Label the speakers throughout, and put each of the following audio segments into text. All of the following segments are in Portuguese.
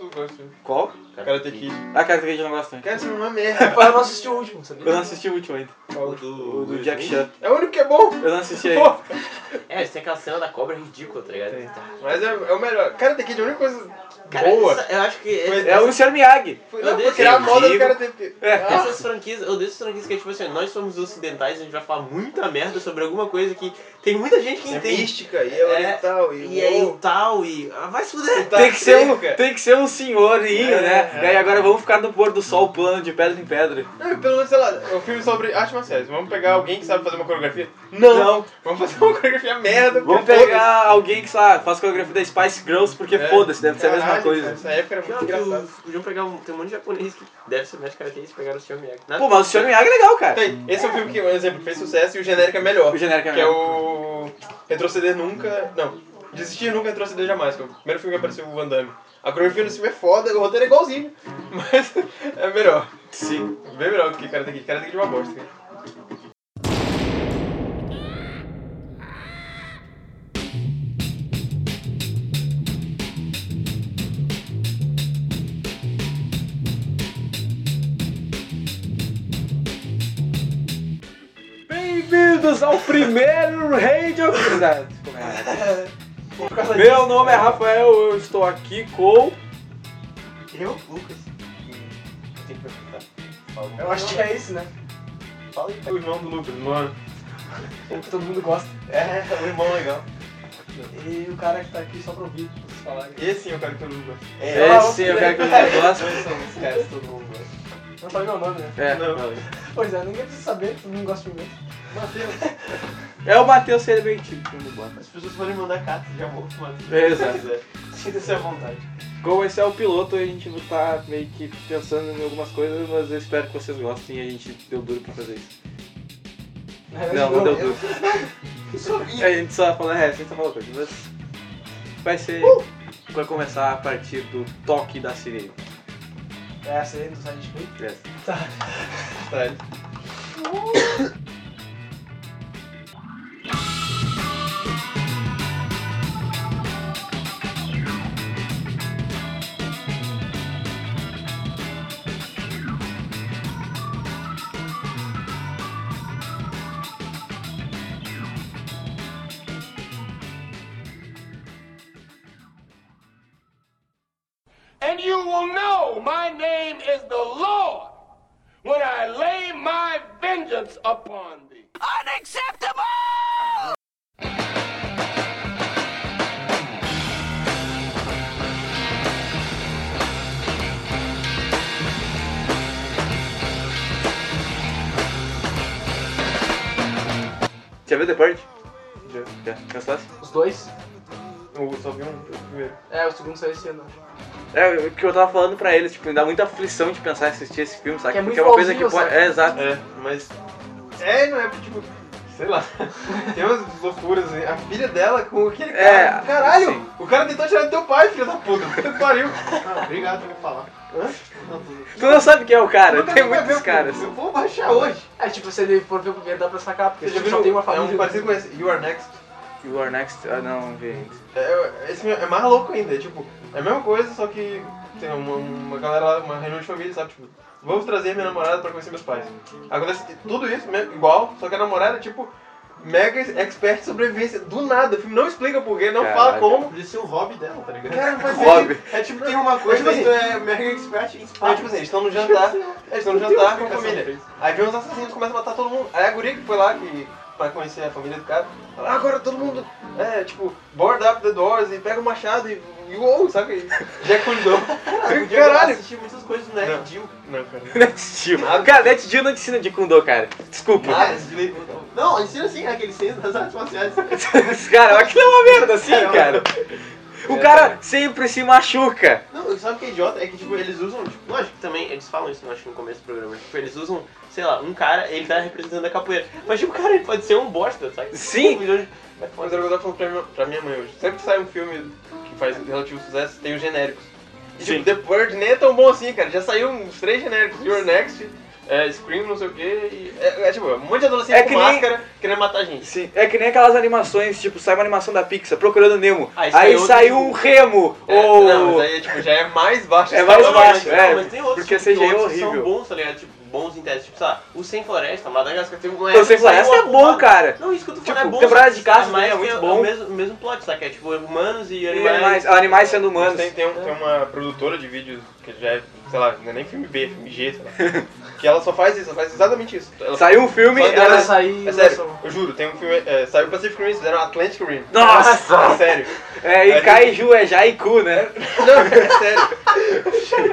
Speaker 1: eu gosto. viu?
Speaker 2: Qual?
Speaker 1: Karate Kid.
Speaker 2: Ah, cara, que eu não gosto tanto.
Speaker 1: Cara, esse filme é uma merda.
Speaker 3: Rapaz, eu não assisti o último, sabia?
Speaker 2: Eu não assisti o último ainda.
Speaker 1: Qual?
Speaker 2: O do Jack Chan.
Speaker 1: É o único que é bom.
Speaker 2: Eu não assisti ainda.
Speaker 1: Pô,
Speaker 4: É, tem aquela cena da cobra ridícula, tá ligado?
Speaker 2: Tem.
Speaker 1: mas é, é o melhor. Karate Kid é a única coisa
Speaker 4: Cara,
Speaker 1: boa.
Speaker 4: essa- eu acho que.
Speaker 1: Mas-
Speaker 2: É o Luciano Miyagi.
Speaker 1: Foi,
Speaker 4: Eu
Speaker 1: não,
Speaker 4: odeio
Speaker 1: foi criar a
Speaker 4: esse
Speaker 1: moda do
Speaker 2: antigo.
Speaker 1: Karate Kid. Ah,
Speaker 4: Essas franquias, eu odeio essas franquias que é tipo assim, nós somos ocidentais, a gente vai falar muita merda sobre alguma coisa que tem muita gente que
Speaker 1: é
Speaker 4: entende.
Speaker 1: mística e é
Speaker 4: É,
Speaker 1: oriental.
Speaker 4: E aí
Speaker 1: uou,
Speaker 4: tal, e. Ah, vai se fuder!
Speaker 1: tá
Speaker 3: Então,
Speaker 2: tem, que ser um,
Speaker 1: seca.
Speaker 2: tem que ser um senhorinho,
Speaker 1: É,
Speaker 2: né?
Speaker 1: é.
Speaker 2: E aí agora vamos ficar no pôr do sol plano de pedra em pedra.
Speaker 1: Não, e pelo menos, sei lá, é um filme sobre artes marciais. Vamos pegar alguém que sabe fazer uma coreografia? Não. Vamos fazer uma coreografia merda. porque
Speaker 2: Vamos
Speaker 1: foda-se.
Speaker 2: pegar alguém que, sei lá, faz coreografia da Spice Girls, porque
Speaker 1: É.
Speaker 2: foda-se, deve ser a mesma
Speaker 1: Caralho,
Speaker 2: coisa.
Speaker 1: cara, Essa época era muito
Speaker 4: Não, que
Speaker 1: engraçada.
Speaker 4: os- podiam pegar um. Tem um monte de japonês que deve ser mais karate e pegaram o Sr. Miyagi. Nada-
Speaker 2: Pô, mas o Luciano Miyagi é legal, cara.
Speaker 1: Tem, esse é um filme que, por exemplo, fez sucesso e o genérico é melhor.
Speaker 2: O genérico é
Speaker 1: Que é
Speaker 2: melhor.
Speaker 1: o. Retroceder nunca. Não. Desistir nunca, retroceder jamais. Que é o primeiro filme que apareceu o Van Damme. A coreografia desse filme é foda, o roteiro é igualzinho. Mas é melhor.
Speaker 2: Sim.
Speaker 1: Bem melhor do que Karate Kid. Karate Kid é uma bosta. cara.
Speaker 2: Bem-vindos ao primeiro Radio...
Speaker 3: Por causa
Speaker 2: Meu nome é Rafael, eu estou aqui com...
Speaker 3: Eu, Lucas.
Speaker 1: Tem que perguntar. Fala.
Speaker 3: Eu acho que é isso, né?
Speaker 1: Fala aí. É O irmão do Lucas, mano.
Speaker 3: O que todo mundo gosta.
Speaker 1: É, o irmão legal.
Speaker 3: E o cara que tá aqui só pra ouvir vocês falarem.
Speaker 1: Esse é o cara que todo mundo gosta.
Speaker 2: Esse é o cara que eu gosto.
Speaker 1: Esses caras que todo mundo
Speaker 4: né?
Speaker 1: gosta.
Speaker 3: Não né? falei meu nome, né?
Speaker 2: É,
Speaker 1: Não.
Speaker 3: Pois é, ninguém precisa saber, todo mundo gosta de mim.
Speaker 1: Matheus.
Speaker 2: é o Matheus Cerebentino que me bota.
Speaker 1: As pessoas podem mandar cartas, já vou pro Matheus.
Speaker 2: É, exato.
Speaker 3: Sinta-se à vontade.
Speaker 2: Como esse é o piloto, a gente tá meio que pensando em algumas coisas, mas eu espero que vocês gostem e a gente deu duro pra fazer isso.
Speaker 3: Na verdade,
Speaker 2: Não, não deu
Speaker 3: É, eu-
Speaker 2: duro.
Speaker 3: Eu sabia.
Speaker 2: A gente só falou, é, a gente só falou coisa, mas vai ser.
Speaker 3: Uh!
Speaker 2: Vai começar a partir do toque da sirene.
Speaker 3: É essa aí do Silent Hill?
Speaker 1: Tá,
Speaker 5: And you will know my name is the Lord when I lay my vengeance upon thee.
Speaker 2: Já viu The Purge? Já. Cansasse?
Speaker 3: Os dois?
Speaker 1: Eu só vi um primeiro.
Speaker 3: É, o segundo saiu esse ano.
Speaker 2: É, o que eu tava falando pra eles, tipo, me dá muita aflição de pensar em assistir esse filme, sabe?
Speaker 3: Que é
Speaker 2: Porque
Speaker 3: muito
Speaker 2: é uma coisa que
Speaker 3: plausível,
Speaker 2: pode.
Speaker 3: sabe?
Speaker 2: É, exato.
Speaker 1: É, mas. É, não é tipo. Sei lá. Tem umas loucuras. hein? A filha dela com aquele cara.
Speaker 2: É,
Speaker 1: Caralho!
Speaker 2: sim.
Speaker 1: O cara tentou tirar do teu pai, filho da puta. Puta que pariu. Ah, obrigado por falar.
Speaker 2: Tu não sabe quem é o cara,
Speaker 1: Nunca
Speaker 2: tem
Speaker 1: vai ver
Speaker 2: muitos
Speaker 1: o-
Speaker 2: caras.
Speaker 1: Eu vou baixar hoje.
Speaker 3: É, tipo, se ele for ver o primeiro, dá pra sacar, porque
Speaker 1: Você já
Speaker 3: tipo,
Speaker 1: viu?
Speaker 3: só tem uma família.
Speaker 1: É um parecido com esse. You are next.
Speaker 2: You are next. Ah, não, não vi ainda.
Speaker 1: É, esse é mais louco ainda. É tipo, é a mesma coisa, só que tem uma, uma galera lá, uma reunião de família, sabe? Tipo, vamos trazer minha namorada pra conhecer meus pais. Acontece tudo isso mesmo, igual, só que a namorada é tipo. Mega expert em sobrevivência, do nada, o filme não explica porquê, não fala
Speaker 2: Caralho.
Speaker 1: como,
Speaker 6: Podia ser o hobby dela, tá ligado?
Speaker 1: Cara, mas
Speaker 2: Hobby.
Speaker 1: É, é tipo, tem
Speaker 6: Tem
Speaker 1: um.
Speaker 6: uma coisa
Speaker 1: Mas,
Speaker 6: que
Speaker 1: tipo
Speaker 6: tu é mega expert em
Speaker 1: É,
Speaker 6: espaço.
Speaker 1: tipo assim, eles estão no jantar. Eles estão no jantar com
Speaker 6: explicação
Speaker 1: a
Speaker 6: pra
Speaker 1: família.
Speaker 6: isso.
Speaker 1: Aí vem uns assassinos e começam a matar todo mundo. Aí a guria que foi lá que, pra conhecer a família do cara, fala, "Ah, agora todo mundo é tipo, board up the doors e pega o machado e. e uou, saca? E Jack Condor.
Speaker 6: Caralho!
Speaker 1: Caralho!
Speaker 6: assisti muitas coisas
Speaker 4: né?
Speaker 6: no
Speaker 4: É,
Speaker 6: Nerd Deal.
Speaker 1: Não, cara.
Speaker 2: Net Geo.
Speaker 1: Nada.
Speaker 2: Ah, Cara, Net Geo não te ensina de Kundô, cara. Desculpa.
Speaker 1: Ah, é
Speaker 6: Nada de lei. Não, ensina assim, aquele senso das artes marciais.
Speaker 2: cara, aquilo é uma merda assim, cara. O cara sempre se machuca.
Speaker 6: Não, sabe o que é idiota? É que, tipo, eles usam, tipo,
Speaker 4: Lógico que também eles falam isso, eu acho, no começo do programa. Tipo, eles usam, sei lá, um cara, ele tá representando a capoeira. Mas, tipo, cara, ele pode ser um bosta, sabe?
Speaker 2: Sim.
Speaker 4: Um milhão de- É
Speaker 1: Mas
Speaker 4: foda.
Speaker 1: eu tava falando pra minha, pra minha mãe hoje. Sempre que sai um filme que faz relativo sucesso, tem os genéricos. E,
Speaker 2: Sim.
Speaker 1: tipo, The Bird nem é tão bom assim, cara. Já saiu uns três genéricos. Your Next, é, Scream, não sei o quê. E, é, é, tipo, um monte de adolescente
Speaker 2: É
Speaker 1: com
Speaker 2: que nem-
Speaker 1: máscara querendo matar a gente.
Speaker 2: Sim, é que nem aquelas animações, tipo, sai uma animação da Pixar procurando Nemo.
Speaker 4: Ah,
Speaker 2: Aí,
Speaker 4: isso é outro
Speaker 2: sai
Speaker 4: tipo.
Speaker 2: um remo.
Speaker 1: É,
Speaker 2: ou.
Speaker 1: Não, mas aí tipo, já é mais baixo.
Speaker 2: É mais
Speaker 1: Não, mas-
Speaker 2: baixo, é.
Speaker 4: mas tem outros
Speaker 2: porque
Speaker 4: tipo,
Speaker 2: CGI é
Speaker 4: outros que
Speaker 2: horrível.
Speaker 4: são bons, tá ligado? Tipo, bons em teste. Tipo, sei lá, o Sem Floresta, Madagascar teve uma
Speaker 2: O Sem Floresta é
Speaker 4: saiu
Speaker 2: bom,
Speaker 4: arrumado.
Speaker 2: cara.
Speaker 4: Não, isso que eu tô falando
Speaker 2: Tipo,
Speaker 4: é bom.
Speaker 2: Temporada de
Speaker 4: só que
Speaker 2: Caça também é
Speaker 4: mais
Speaker 2: muito
Speaker 4: que
Speaker 2: bom.
Speaker 4: O mesmo, o mesmo plot, sabe? Que é tipo humanos e
Speaker 2: E
Speaker 4: animais.
Speaker 2: animais, animais sendo
Speaker 1: Mas
Speaker 2: humanos.
Speaker 1: tem, tem, um- tem uma produtora de vídeos que já é, sei lá, não é nem filme B, é filme G, sei lá. que ela só faz isso, ela faz exatamente isso. Ela-
Speaker 2: Saiu um filme.
Speaker 1: Só
Speaker 2: ela-
Speaker 1: dela
Speaker 7: Ela saiu.
Speaker 1: É sério, eu juro, tem um filme. É, saiu Pacific Rim, fizeram Atlantic Rim.
Speaker 2: Nossa!
Speaker 1: É sério.
Speaker 2: É, e Kaiju é Jaiku, né?
Speaker 1: Não, é sério.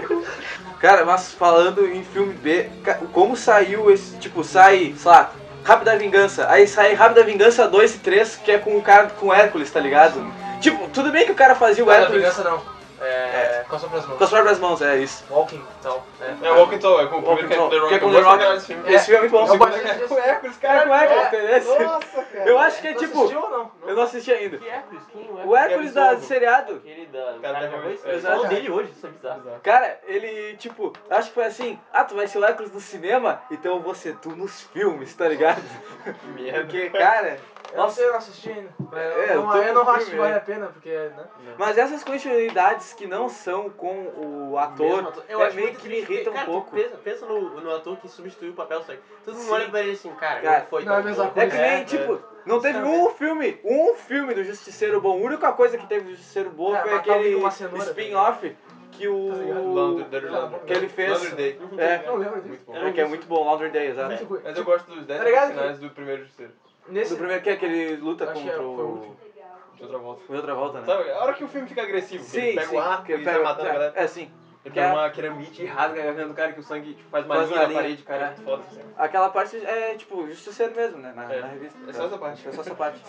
Speaker 2: Cara, mas falando em filme B, ca- como saiu esse, tipo, sai, sei lá, Rápida Vingança, aí sai Rápida Vingança 2 e 3, que é com o cara com o Hércules, tá ligado? Tipo, tudo bem que o cara fazia o
Speaker 7: Não, é
Speaker 2: Hércules
Speaker 7: vingança não. É. Com as próprias mãos.
Speaker 2: com as próprias mãos, é isso.
Speaker 7: Walking, então. É.
Speaker 1: É Walking Tall, é com o
Speaker 2: Walking
Speaker 1: primeiro que é
Speaker 2: Tall,
Speaker 1: The Rock.
Speaker 2: que é com
Speaker 1: eu
Speaker 2: The
Speaker 1: gosto pra
Speaker 2: Rock.
Speaker 1: caralho desse filme.
Speaker 2: Esse filme é
Speaker 1: É
Speaker 2: muito
Speaker 1: o
Speaker 2: bom.
Speaker 1: segundo que é com Hércules, cara,
Speaker 2: Cara,
Speaker 1: com
Speaker 2: com Hércules, entendeu?
Speaker 1: Nossa, cara.
Speaker 2: Eu acho que é
Speaker 7: Não
Speaker 2: tipo,
Speaker 7: assistiu ou não?
Speaker 2: eu não assisti ainda.
Speaker 4: Que Hércules? Quem é
Speaker 2: O Hércules da seriado,
Speaker 4: Aquele da.
Speaker 1: Cara,
Speaker 4: Cara,
Speaker 1: tá
Speaker 4: acabou isso?
Speaker 1: bom.
Speaker 4: Eu falo dele hoje, isso é bizarro.
Speaker 2: cara, ele, tipo, acho que foi assim, ah, tu vai ser o Hércules no cinema, então eu vou ser tu nos filmes, tá ligado?
Speaker 1: Que merda.
Speaker 2: Porque, cara...
Speaker 7: Eu não sei, eu não assisti ainda.
Speaker 2: É,
Speaker 7: eu,
Speaker 2: eu
Speaker 7: não,
Speaker 2: tô
Speaker 7: eu não
Speaker 2: com
Speaker 7: acho que
Speaker 2: filme,
Speaker 7: vale
Speaker 2: é.
Speaker 7: a pena, porque, né?
Speaker 2: Mas essas continuidades que não são com o ator,
Speaker 4: eu
Speaker 2: é
Speaker 4: acho
Speaker 2: meio
Speaker 4: muito
Speaker 2: que me
Speaker 4: triste, porque,
Speaker 2: irrita um
Speaker 4: cara, tu
Speaker 2: pouco.
Speaker 4: Pensa, pensa no, no ator que substituiu o papel, só que todo mundo
Speaker 2: Sim.
Speaker 4: olha pra ele assim, cara,
Speaker 2: Cara,
Speaker 4: não foi
Speaker 7: não é
Speaker 4: tão
Speaker 7: a mesma
Speaker 4: bom.
Speaker 2: É que
Speaker 7: coisa.
Speaker 2: nem,
Speaker 7: É,
Speaker 2: tipo, não teve
Speaker 7: Sabe?
Speaker 2: um filme, um filme do Justiceiro Bom. A única coisa que teve do Justiceiro Bom
Speaker 7: É,
Speaker 2: foi
Speaker 7: matar
Speaker 2: aquele
Speaker 7: alguém com uma cenoura.
Speaker 2: spin-off que
Speaker 7: Tá ligado?
Speaker 2: o...
Speaker 1: Laundry, Dirty Laundry.
Speaker 2: que ele fez.
Speaker 1: Laundry Day.
Speaker 2: É,
Speaker 7: Não lembro disso.
Speaker 1: Muito bom.
Speaker 2: é que é muito bom, Laundry Day, exato.
Speaker 7: Muito
Speaker 1: Mas
Speaker 7: coisa.
Speaker 1: eu gosto dos 10
Speaker 7: Tá ligado?
Speaker 1: finais do primeiro justiceiro.
Speaker 2: Do
Speaker 7: Nesse.
Speaker 2: primeiro que é que ele luta
Speaker 7: Acho que
Speaker 2: contra
Speaker 7: é, foi o
Speaker 2: o...
Speaker 7: último.
Speaker 1: De outra volta.
Speaker 2: Foi outra volta, né?
Speaker 1: Sabe, a hora que o filme fica agressivo, que ele
Speaker 2: Sim,
Speaker 1: pega
Speaker 2: sim.
Speaker 1: o arco
Speaker 2: que
Speaker 1: e
Speaker 2: ele
Speaker 1: vai
Speaker 2: pega-
Speaker 1: matando né? a galera.
Speaker 2: É, sim.
Speaker 1: Ele
Speaker 2: Que
Speaker 1: pega
Speaker 2: é-
Speaker 1: uma keramite e rasga a garganta do cara que o sangue tipo, faz uma
Speaker 2: Faz
Speaker 1: linha
Speaker 2: uma
Speaker 1: na
Speaker 2: linha,
Speaker 1: parede, cara.
Speaker 2: é.
Speaker 1: É. Foda, assim.
Speaker 2: Aquela parte é, tipo, Justiceiro mesmo, né? Na,
Speaker 1: É.
Speaker 2: na revista.
Speaker 1: É só essa parte.
Speaker 2: É só essa parte.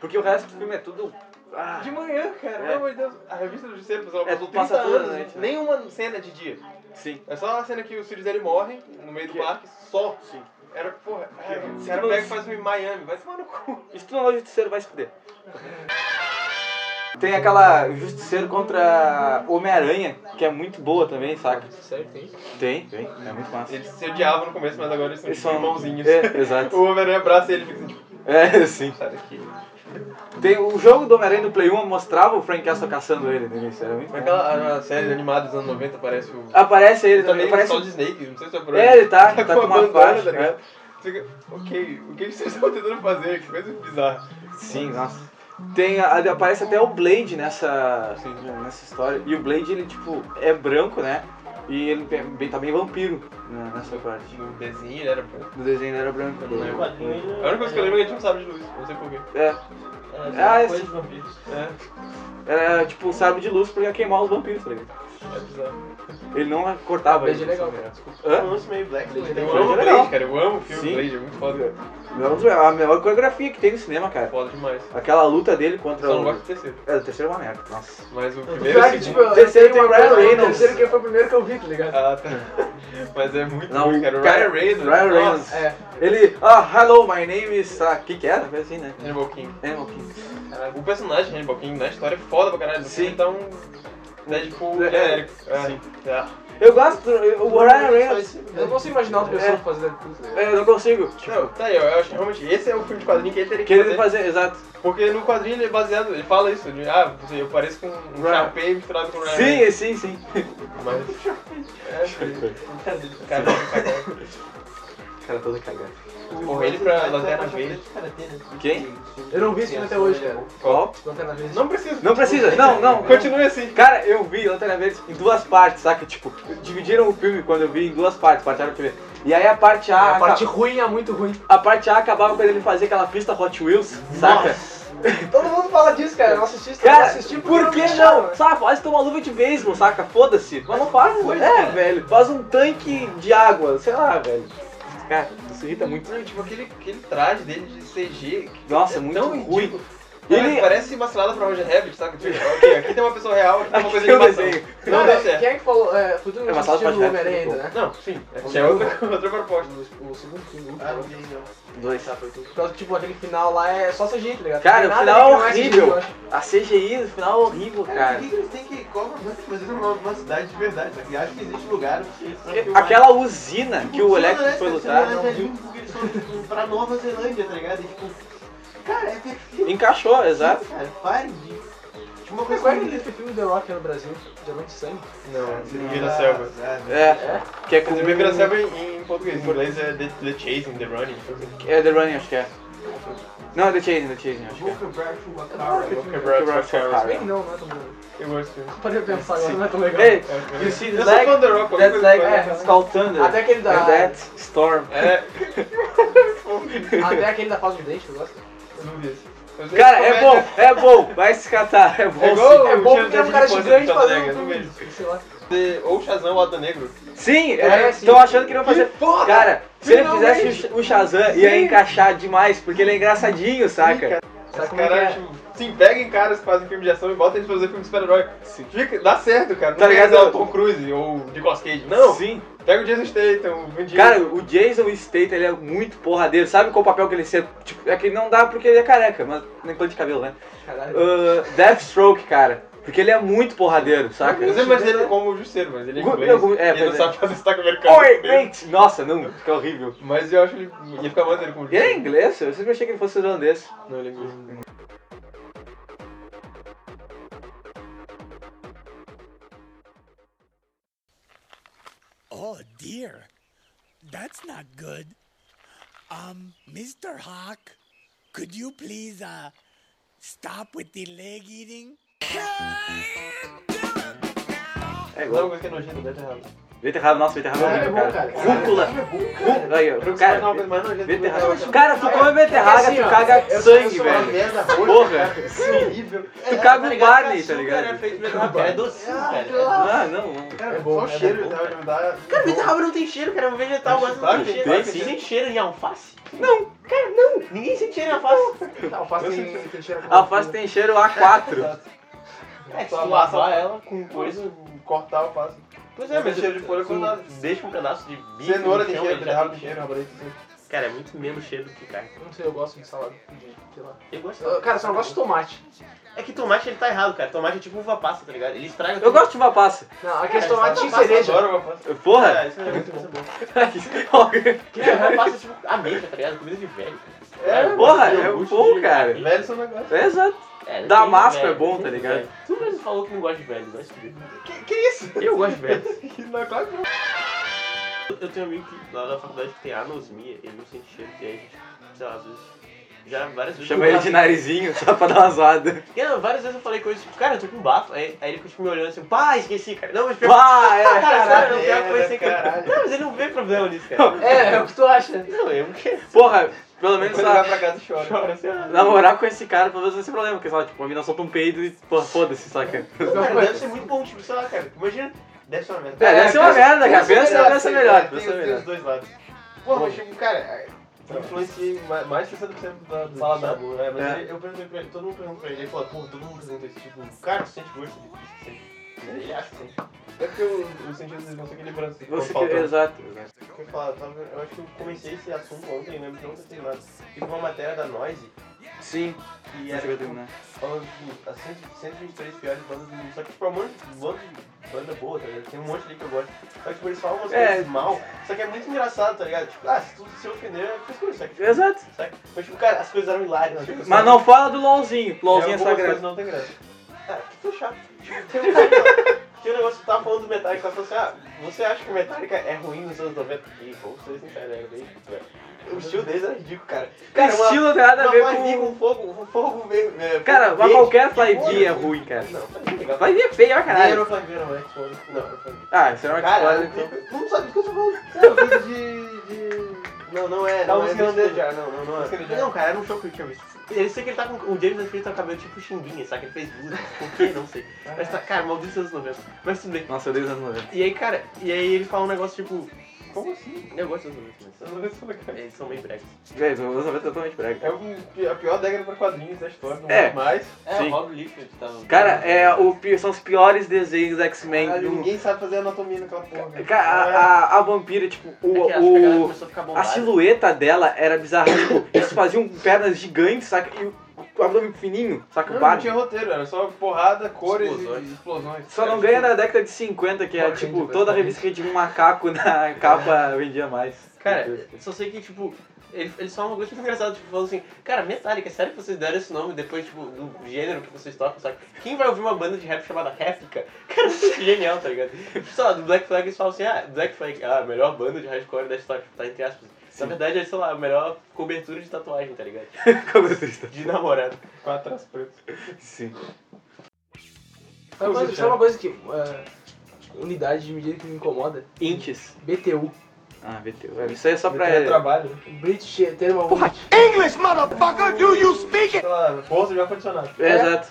Speaker 2: Porque o resto do filme é tudo... Ah,
Speaker 1: De manhã, cara,
Speaker 2: É.
Speaker 1: pelo amor de Deus. A revista do Justiceiro, pessoal,
Speaker 2: É,
Speaker 1: passou
Speaker 2: tu
Speaker 1: 30
Speaker 2: passa toda
Speaker 1: anos,
Speaker 2: noite, né?
Speaker 1: nenhuma cena de dia.
Speaker 2: sim.
Speaker 1: É só a cena que o Sirius ele morre no meio do
Speaker 2: Que-
Speaker 1: parque, só.
Speaker 2: Sim.
Speaker 1: Era, porra, é, o
Speaker 2: Se
Speaker 1: cara
Speaker 2: tu não-
Speaker 1: pega e faz um em Miami, vai tomar no cu.
Speaker 2: E se tu não é o Justiceiro, vai se fuder. Tem aquela Justiceiro contra Homem-Aranha, que é muito boa também, saca?
Speaker 7: Sério, tem isso?
Speaker 2: Tem, tem. É muito massa.
Speaker 1: Eles se odiavam no começo, mas agora eles são, tipo, irmãozinhos.
Speaker 2: É, exato.
Speaker 1: O Homem-Aranha abraça ele e fica assim, tipo,
Speaker 2: É, sim.
Speaker 1: sai daqui.
Speaker 2: Tem, o jogo do Homem-Aranha do Play 1 mostrava o Frank Castle caçando ele no início, era muito bom.
Speaker 1: Naquela é a série animada dos anos 90 aparece o.
Speaker 2: Aparece ele
Speaker 1: também
Speaker 2: também,
Speaker 1: o
Speaker 2: aparece...
Speaker 1: Solid Snake, não sei se é por
Speaker 2: É, ele tá, tá com
Speaker 1: a
Speaker 2: uma
Speaker 1: bandana,
Speaker 2: faixa,
Speaker 1: tá
Speaker 2: né?
Speaker 1: ligado? Você fica, ok, o que vocês estão tentando fazer? Que coisa bizarra.
Speaker 2: Sim, nossa. Tem, a- a- aparece até o Blade nessa,
Speaker 1: Sim.
Speaker 2: nessa história. E o Blade, ele, tipo, é branco, né? E ele é bem- tá bem vampiro né, nessa parte.
Speaker 1: No um desenho ele era.
Speaker 2: No desenho ele era branco. né?
Speaker 1: Não lembro.
Speaker 4: quadrinho, ele-
Speaker 1: A única coisa que eu lembro é que ele tinha um sabre de luz, não sei É, porquê.
Speaker 2: É,
Speaker 4: Era
Speaker 2: Ah,
Speaker 4: uma coisa
Speaker 2: esse-
Speaker 4: de vampiros.
Speaker 2: era tipo um sabre de luz pra ele queimar os vampiros, tá ligado?
Speaker 1: É bizarro.
Speaker 2: Ele não cortava.
Speaker 7: Blade é
Speaker 2: eles,
Speaker 7: legal,
Speaker 2: assim,
Speaker 7: cara.
Speaker 2: Hã?
Speaker 4: Um lance meio black.
Speaker 7: Blade
Speaker 4: mas-
Speaker 1: Eu amo
Speaker 2: Blade é
Speaker 1: o Blade,
Speaker 2: legal.
Speaker 1: cara, eu amo o filme
Speaker 2: Sim.
Speaker 1: Blade, é muito foda.
Speaker 2: Não, é A melhor coreografia que tem no cinema, cara.
Speaker 1: Foda demais.
Speaker 2: Aquela luta dele
Speaker 1: Só
Speaker 2: contra
Speaker 1: não
Speaker 2: o.
Speaker 1: gosto do terceiro.
Speaker 2: É, o terceiro é uma merda, nossa.
Speaker 1: Mas o primeiro
Speaker 7: Pior
Speaker 1: e
Speaker 7: que,
Speaker 1: o
Speaker 7: tipo,
Speaker 1: segundo.
Speaker 7: eu
Speaker 2: Terceiro tem
Speaker 7: tenho
Speaker 2: o
Speaker 7: uma
Speaker 2: Ryan
Speaker 7: coisa,
Speaker 2: Reynolds.
Speaker 7: o Terceiro que foi o primeiro que eu vi, tá ligado?
Speaker 1: Ah, tá. Mas é muito
Speaker 2: Não,
Speaker 1: ruim, cara. O
Speaker 2: cara,
Speaker 1: Ryan Reynolds.
Speaker 2: Ryan
Speaker 1: nossa,
Speaker 2: Reynolds.
Speaker 7: É.
Speaker 2: Ele. Ah, hello, my name is. Ah, que que era? Foi assim, né?
Speaker 1: Hannibal King.
Speaker 2: Animal King.
Speaker 1: Caralho, O personagem Hannibal King na história é foda pra caralho.
Speaker 2: Sim.
Speaker 1: Então. Deadpool
Speaker 2: É,
Speaker 1: genérico. É, é.
Speaker 2: Eu gosto. do- O Ryan Reynolds.
Speaker 7: Eu não consigo imaginar outra pessoa
Speaker 2: É.
Speaker 7: fazendo tudo. né?
Speaker 2: É, eu não consigo.
Speaker 1: Não, tá aí, ó, eu acho que realmente esse é o filme de quadrinho que ele teria que fazer,
Speaker 2: Querer fazer, exato.
Speaker 1: Porque no quadrinho ele é baseado, ele fala isso, de, ah, você- eu pareço com um
Speaker 2: Right.
Speaker 1: chapéu misturado com Ryan
Speaker 2: Sim, sim, sim.
Speaker 1: Reynolds, Mas... É, filho. Cara,
Speaker 2: Cara, todo cagado.
Speaker 1: Porra, ele pra Lanterna Verde.
Speaker 2: Quem?
Speaker 7: Eu não vi esse filme até hoje, cara.
Speaker 2: Qual?
Speaker 7: Não tem nada a ver.
Speaker 1: Não precisa.
Speaker 2: Não precisa, não, não.
Speaker 1: Continue assim.
Speaker 2: Cara, eu vi Lanterna Verde em duas partes, saca? Tipo, dividiram o filme quando eu vi em duas partes, parte A e parte B. E aí a parte A,
Speaker 7: A parte ruim é muito ruim.
Speaker 2: a parte A acabava quando ele fazia aquela pista Hot Wheels, saca?
Speaker 7: Todo mundo fala disso, cara. Eu não assisti isso, eu não
Speaker 2: Cara,
Speaker 7: assisti porque
Speaker 2: por que
Speaker 7: me chamaram,
Speaker 2: não?
Speaker 7: né?
Speaker 2: Sabe, faz uma luva de beisebol, saca? Foda-se. Mas não faz, é, velho. Faz um tanque de água, sei lá, velho. Cara, isso irrita muito.
Speaker 1: Não, tipo, aquele, aquele traje dele de CG. que
Speaker 2: Nossa,
Speaker 1: é
Speaker 2: muito
Speaker 1: tão
Speaker 2: ruim.
Speaker 1: ridículo.
Speaker 2: Ele-
Speaker 1: Parece uma cilada pra Roger Rabbit, sabe? Tipo, ok, aqui tem uma pessoa real, aqui tem uma coisa de
Speaker 2: eu
Speaker 1: animação.
Speaker 2: um desenho.
Speaker 1: Não deu certo.
Speaker 6: Quem é que falou? É, futuro
Speaker 2: É,
Speaker 6: não
Speaker 2: mas fala
Speaker 6: assistiu
Speaker 2: pra
Speaker 6: o
Speaker 2: gente,
Speaker 6: Homem-Aranha ainda,
Speaker 2: desculpa.
Speaker 6: né?
Speaker 1: Não, sim. Essa é outra, outra proposta.
Speaker 6: O, o segundo filme. o último.
Speaker 7: Ah, não vi, não.
Speaker 2: Dois.
Speaker 6: Por causa que, tipo, aquele final lá é só CG, tá ligado?
Speaker 2: Cara,
Speaker 6: Não
Speaker 2: o
Speaker 6: tem
Speaker 2: final é
Speaker 6: nada que não
Speaker 2: horrível.
Speaker 6: CG, eu acho.
Speaker 2: A CGI no final é horrível,
Speaker 7: Cara,
Speaker 2: cara.
Speaker 7: por que, que eles têm que. Qual o problema de fazer numa, numa cidade de verdade? Sabe? Acho que existe lugar pra filmar.
Speaker 2: Aquela usina que o Electro foi lutar
Speaker 4: é
Speaker 7: Não viu porque eles foram tipo, pra Nova Zelândia, tá ligado? E, tipo, cara, é perfeito.
Speaker 2: encaixou, exato.
Speaker 7: Cara, pare disso. Tipo, uma
Speaker 6: Mas
Speaker 7: coisa
Speaker 6: Qual é aquele filme do The Rock no Brasil? Diamante de Sangue?
Speaker 1: Não,
Speaker 7: Ah,
Speaker 1: Zumbi da Selva.
Speaker 7: sabe?
Speaker 2: É, que é com.
Speaker 1: Zumbi da Selva em, em português. Em inglês é The, the Chasing, The Running.
Speaker 2: É The Running, acho que é. Não, é The Chasing, The Chasing, acho que
Speaker 7: Vou
Speaker 2: é.
Speaker 7: quebrar a chuva, cara.
Speaker 1: Eu gosto
Speaker 6: Se bem que não, não é tão legal.
Speaker 1: desse filme.
Speaker 6: Parei pra pensar agora, não é tão legal.
Speaker 2: Hey,
Speaker 1: É, é.
Speaker 2: you see
Speaker 1: Eu
Speaker 2: the
Speaker 1: sou fã
Speaker 2: like,
Speaker 1: do Rock, qualquer
Speaker 2: that's
Speaker 1: coisa assim.
Speaker 2: like
Speaker 1: faz.
Speaker 2: it's called thunder.
Speaker 6: Até aquele da-
Speaker 2: And that storm.
Speaker 1: É,
Speaker 6: Até aquele da falta de dente, eu gosto.
Speaker 1: eu não vi esse. Eu sei
Speaker 2: é. Cara,
Speaker 1: que
Speaker 2: é
Speaker 1: comédia-
Speaker 2: bom, é bom, vai se catar, é bom.
Speaker 1: É igual
Speaker 6: É bom
Speaker 1: o
Speaker 6: porque é um
Speaker 1: Shazam
Speaker 6: cara
Speaker 1: de
Speaker 6: gigante
Speaker 1: Ponta
Speaker 6: fazendo
Speaker 1: Negra,
Speaker 6: um
Speaker 1: não vejo.
Speaker 6: Sei lá.
Speaker 1: De- Ou Shazam ou Ata Negro.
Speaker 2: Sim,
Speaker 6: É, sim.
Speaker 2: estão achando que não fazer. Cara, se ele fizesse o Sh- o Shazam, ia
Speaker 6: Sim.
Speaker 2: encaixar demais, porque ele é engraçadinho, saca?
Speaker 6: Sabe
Speaker 1: Os
Speaker 6: como é que
Speaker 1: caras,
Speaker 6: é?
Speaker 1: tipo, sim, peguem caras que fazem filme de ação e botem eles pra fazer filme de super-herói. Fica- Dá certo, cara. Não
Speaker 2: Tá ligado?
Speaker 1: precisa ser o Tom Cruise ou o Nicolas Cage. Não,
Speaker 2: Sim.
Speaker 1: pega o Jason Statham, o Vin Diesel.
Speaker 2: Cara, o Jason Statham, ele é muito porradeiro. Sabe qual o papel que ele ser? Tipo, é que não dá porque ele é careca, mas nem cor de cabelo, né?
Speaker 6: Caralho.
Speaker 2: Uh, Deathstroke, cara. Porque ele é muito porradeiro, saca?
Speaker 1: eu sempre imaginei ele como o Justiceiro, mas ele é
Speaker 2: Gu-
Speaker 1: inglês
Speaker 2: não, gu- é,
Speaker 1: e ele não
Speaker 2: pois é.
Speaker 1: sabe fazer sotaque americano.
Speaker 2: Oi, mate! Nossa, não, fica horrível.
Speaker 1: Mas eu acho que ele ia ficar maneiro com o
Speaker 2: Ele é
Speaker 1: Justiceiro.
Speaker 2: inglês? Eu sempre achei que ele fosse holandês.
Speaker 1: Não, ele é inglês.
Speaker 8: Oh dear, that's not good. Um, Mr. Hawk, could you please uh stop with the leg eating?
Speaker 1: Não,
Speaker 2: É igual.
Speaker 1: coisa que é nojenta, deve ter errado.
Speaker 2: Beterraba, nossa, beterraba
Speaker 6: Cara,
Speaker 2: é horrível,
Speaker 6: é bom, cara.
Speaker 2: cara.
Speaker 6: Cara,
Speaker 2: Rúcula. Rú- Aí, ó,
Speaker 1: Eu não sei mais
Speaker 2: cara,
Speaker 1: uma coisa mais nojenta do que
Speaker 2: beterraba.
Speaker 1: beterraba.
Speaker 2: Cara, tu come beterraga,
Speaker 6: assim,
Speaker 2: tu
Speaker 6: ó,
Speaker 2: caga sangue, velho. É
Speaker 7: Merda, roxa.
Speaker 2: Porra.
Speaker 1: É,
Speaker 2: Tu caga o Barney, tá
Speaker 4: Açúcar é
Speaker 2: ligado?
Speaker 4: feito mesmo na pedra, é docinho, cara.
Speaker 2: Ah, não, não.
Speaker 1: Cara,
Speaker 6: É bom,
Speaker 2: né?
Speaker 1: só o
Speaker 6: é
Speaker 1: cheiro
Speaker 6: bom,
Speaker 1: de beterraba me dá...
Speaker 4: Cara, beterraba não tem cheiro, cara. É um vegetal, mas não
Speaker 1: Claro
Speaker 4: tem
Speaker 1: que
Speaker 4: cheiro.
Speaker 1: tem,
Speaker 4: Vocês
Speaker 1: sim.
Speaker 4: sentem cheiro em alface? Não. Cara, não. Ninguém sente cheiro em alface.
Speaker 6: Alface
Speaker 1: Eu
Speaker 6: tem
Speaker 1: senti-
Speaker 6: tem cheiro a
Speaker 2: Alface tem cheiro A4.
Speaker 4: É, se
Speaker 1: Só
Speaker 4: tu
Speaker 1: amassar
Speaker 4: lavar ela com coisa...
Speaker 1: um Cortar o passo.
Speaker 4: Pois é,
Speaker 1: Não tem cheiro de folha,
Speaker 4: tu
Speaker 1: nada.
Speaker 4: Deixa um pedaço de bico.
Speaker 1: Cenoura
Speaker 4: no
Speaker 1: tem
Speaker 2: então,
Speaker 4: chão,
Speaker 1: cheiro,
Speaker 4: ele já
Speaker 1: beterraba
Speaker 4: tem
Speaker 1: então tem cheiro, assim. rabanete tem cheiro.
Speaker 4: Cara, é muito menos cheiro do que carne.
Speaker 6: Não sei, eu gosto de salada. de- sei lá.
Speaker 4: Eu gosto.
Speaker 6: Eu- Cara, eu só não gosto de tomate.
Speaker 4: É que tomate ele tá errado, cara. Tomate é tipo uva passa, tá ligado? Ele estraga
Speaker 2: Eu gosto de uva passa.
Speaker 6: Não, aquele
Speaker 4: Cara,
Speaker 3: é
Speaker 6: tomate
Speaker 4: salada
Speaker 6: de
Speaker 4: passa
Speaker 6: cereja.
Speaker 1: Adoro uma pasta.
Speaker 2: Porra!
Speaker 4: Cara, isso é muito bom.
Speaker 2: Porra,
Speaker 4: Que uva passa é tipo ameixa, tá ligado? Comida de velho. cara. Cara,
Speaker 2: é
Speaker 4: gosto
Speaker 2: bom,
Speaker 4: de-
Speaker 2: cara.
Speaker 1: Velho só não gosta.
Speaker 2: É exato.
Speaker 4: É,
Speaker 2: Damasco
Speaker 4: tem
Speaker 2: é bom,
Speaker 4: tem
Speaker 2: tá ligado?
Speaker 4: velho. Tu mesmo falou que não gosta de velho, vai se fuder. Que, isso? Eu gosto de velho.
Speaker 1: Não, claro que não.
Speaker 4: Eu- Eu tenho um amigo que, lá na faculdade que tem anosmia, ele não sente cheiro, e aí a gente, sei lá, às vezes. Já várias vezes.
Speaker 2: Chama ele de narizinho só pra dar uma zoada.
Speaker 4: E, não, várias vezes eu falei coisas tipo, cara, eu tô com bafo. Aí, aí ele ficou tipo, me olhando assim, pá, esqueci, cara. Não, mas pior-
Speaker 2: Pá, é.
Speaker 4: Cara, sério, não
Speaker 1: Caralho,
Speaker 4: pior coisa
Speaker 1: caralho.
Speaker 4: que Não, mas ele não vê problema nisso, cara.
Speaker 6: É, é o que tu acha.
Speaker 4: Não, eu não quero.
Speaker 2: é. Porra, pelo menos
Speaker 1: Depois ele vai
Speaker 2: na,
Speaker 1: pra casa e chora.
Speaker 4: Chora, sei lá.
Speaker 2: namorar com esse cara, pelo menos não tem problema, porque só, tipo, a mina solta um peido e, porra, foda-se, saca?
Speaker 4: Cara, deve ser muito bom, tipo, sei lá, cara. Imagina, deve ser uma merda.
Speaker 2: É, deve ser uma merda, cara. Pensa, pensa
Speaker 1: tem-
Speaker 2: melhor,
Speaker 1: tem-
Speaker 2: pensa
Speaker 1: tem
Speaker 2: melhor.
Speaker 1: os dois lados. Pô, mas tipo, cara, influenciei ma- mais de 60% da da sala da rua. É, mas
Speaker 2: É.
Speaker 1: ele- eu perguntei pra ele, todo mundo perguntou pra ele, ele falou, pô, todo mundo pergunta isso, tipo, cara, tu sente gosto de sente. Ele acha que sente. É porque o- os sentidos eles vão se equilibrando. assim, quando
Speaker 2: Você que... é-
Speaker 1: falta-
Speaker 2: Exato, exato.
Speaker 1: Eu, falo, tava- eu acho que eu comecei esse assunto ontem, né? Porque eu não terminado. Tive uma matéria da Noise
Speaker 2: Sim,
Speaker 1: que
Speaker 2: não
Speaker 1: era
Speaker 2: chegou a
Speaker 1: tipo,
Speaker 2: terminar.
Speaker 1: falando tipo, as 100 123 piores bandas do mundo. Só que tipo, é um monte de banda, banda boa, tá ligado? Tem um monte ali que eu gosto. Só que tipo, eles falam umas
Speaker 2: É.
Speaker 1: coisas mal. Só que é muito engraçado, tá ligado? Tipo, ah, se tu se ofender, é frescura, só que tipo,
Speaker 2: Exato.
Speaker 1: saca? Mas tipo, cara, as coisas eram hilárias. Tipo,
Speaker 2: Mas não fala do LOLzinho. LOLzinho é
Speaker 1: coisas
Speaker 2: sagrado.
Speaker 1: não tem graça. Ah, que tu é chato. Tipo, tem um cara- Tinha um negócio que tu tava falando do Metallica, ela falou assim, ah, você acha que o Metallica é ruim nos anos 90? E vou ser sincero, é bem... O estilo deles era ridículo, cara.
Speaker 2: O
Speaker 1: Cara, uma-
Speaker 2: estilo não tem nada a
Speaker 1: uma
Speaker 2: ver
Speaker 1: flavinha
Speaker 2: com...
Speaker 1: com fogo, com fogo meio. é, fogo
Speaker 2: Cara, mas
Speaker 1: verde.
Speaker 2: qualquer
Speaker 1: porra.
Speaker 2: flyvia é ruim, cara.
Speaker 1: Não, tá legal.
Speaker 2: Vai ver feio pra
Speaker 1: Nem era
Speaker 2: caralho.
Speaker 1: o Flavinho, não, é que fogo. Não, era o Flavinho.
Speaker 2: Ah, isso era uma
Speaker 1: Cara,
Speaker 2: história,
Speaker 1: eu-
Speaker 2: então.
Speaker 1: tu não sabe do que eu tô falando. Sério, eu fiz é um de. de... Não, não é.
Speaker 4: Tá
Speaker 2: um
Speaker 1: Não, é
Speaker 4: buscando
Speaker 1: desse
Speaker 4: dele.
Speaker 1: já, não, não, não é.
Speaker 4: Não, cara, era um show que eu tinha visto. Eu sei que ele tá com. O James Hetfield tá com o cabelo tipo Xinguinha, sabe? Ele fez blusa, por quê? Não sei. Mas tá, cara, maldito anos 90. Mas tudo bem.
Speaker 2: Nossa, eu dei os anos 90.
Speaker 4: E aí, cara, e aí ele fala um negócio tipo.
Speaker 1: Como assim?
Speaker 4: Eu gosto dos anos 90,
Speaker 1: Eu não sei, cara.
Speaker 4: mas eles são bem breves.
Speaker 2: Velho, os anos 90 é totalmente brega.
Speaker 1: É um- a pior década pra quadrinhos da história, não
Speaker 2: É.
Speaker 1: é. mais.
Speaker 4: É,
Speaker 2: Sim.
Speaker 4: o Rob Liefeld tá...
Speaker 2: Cara, é o, pi- são os piores desenhos X-Men
Speaker 1: Caralho,
Speaker 2: do mundo.
Speaker 1: ninguém sabe fazer anatomia naquela porra. É,
Speaker 2: Cara, a, a, a vampira, tipo,
Speaker 4: É
Speaker 2: o,
Speaker 4: que as pegadas
Speaker 2: o,
Speaker 4: começou a né? ficar
Speaker 2: a
Speaker 4: bombadas.
Speaker 2: silhueta dela era bizarra. Tipo, eles faziam pernas gigantes, saca? E o o abdômen fininho, saca?
Speaker 1: Não,
Speaker 2: O
Speaker 1: não
Speaker 2: barco.
Speaker 1: tinha roteiro, era só porrada, cores
Speaker 4: Explosões.
Speaker 1: e explosões.
Speaker 2: Só não ganha na década de 50, que é tipo, toda revista que tinha um macaco na
Speaker 1: É.
Speaker 2: capa vendia mais.
Speaker 4: Cara, só sei que, tipo, eles ele falam uma coisa muito engraçada, tipo, falam assim, cara, Metallica, sério que vocês deram esse nome depois, tipo, do gênero que vocês tocam, sabe? Quem vai ouvir uma banda de rap chamada Réplica? Cara, isso é genial, tá ligado? Sei lá, do Black Flag eles falam assim, ah, Black Flag, ah, a melhor banda de hardcore da história, tipo, tá entre aspas. Na verdade, é, sei lá, a melhor cobertura de tatuagem, tá ligado?
Speaker 2: Como triste.
Speaker 4: De namorado.
Speaker 1: Com atrás preto.
Speaker 2: Sim.
Speaker 3: Sabe uma coisa- sabe uma coisa que. é, unidade de medida que me incomoda?
Speaker 2: Inches.
Speaker 3: BTU.
Speaker 2: Ah, VTU. velho, Isso aí é só pra.
Speaker 1: É trabalho.
Speaker 3: British Thermal Unit.
Speaker 9: English, motherfucker, do you speak it?
Speaker 1: Aquela força de ar-condicionado.
Speaker 2: É, exato.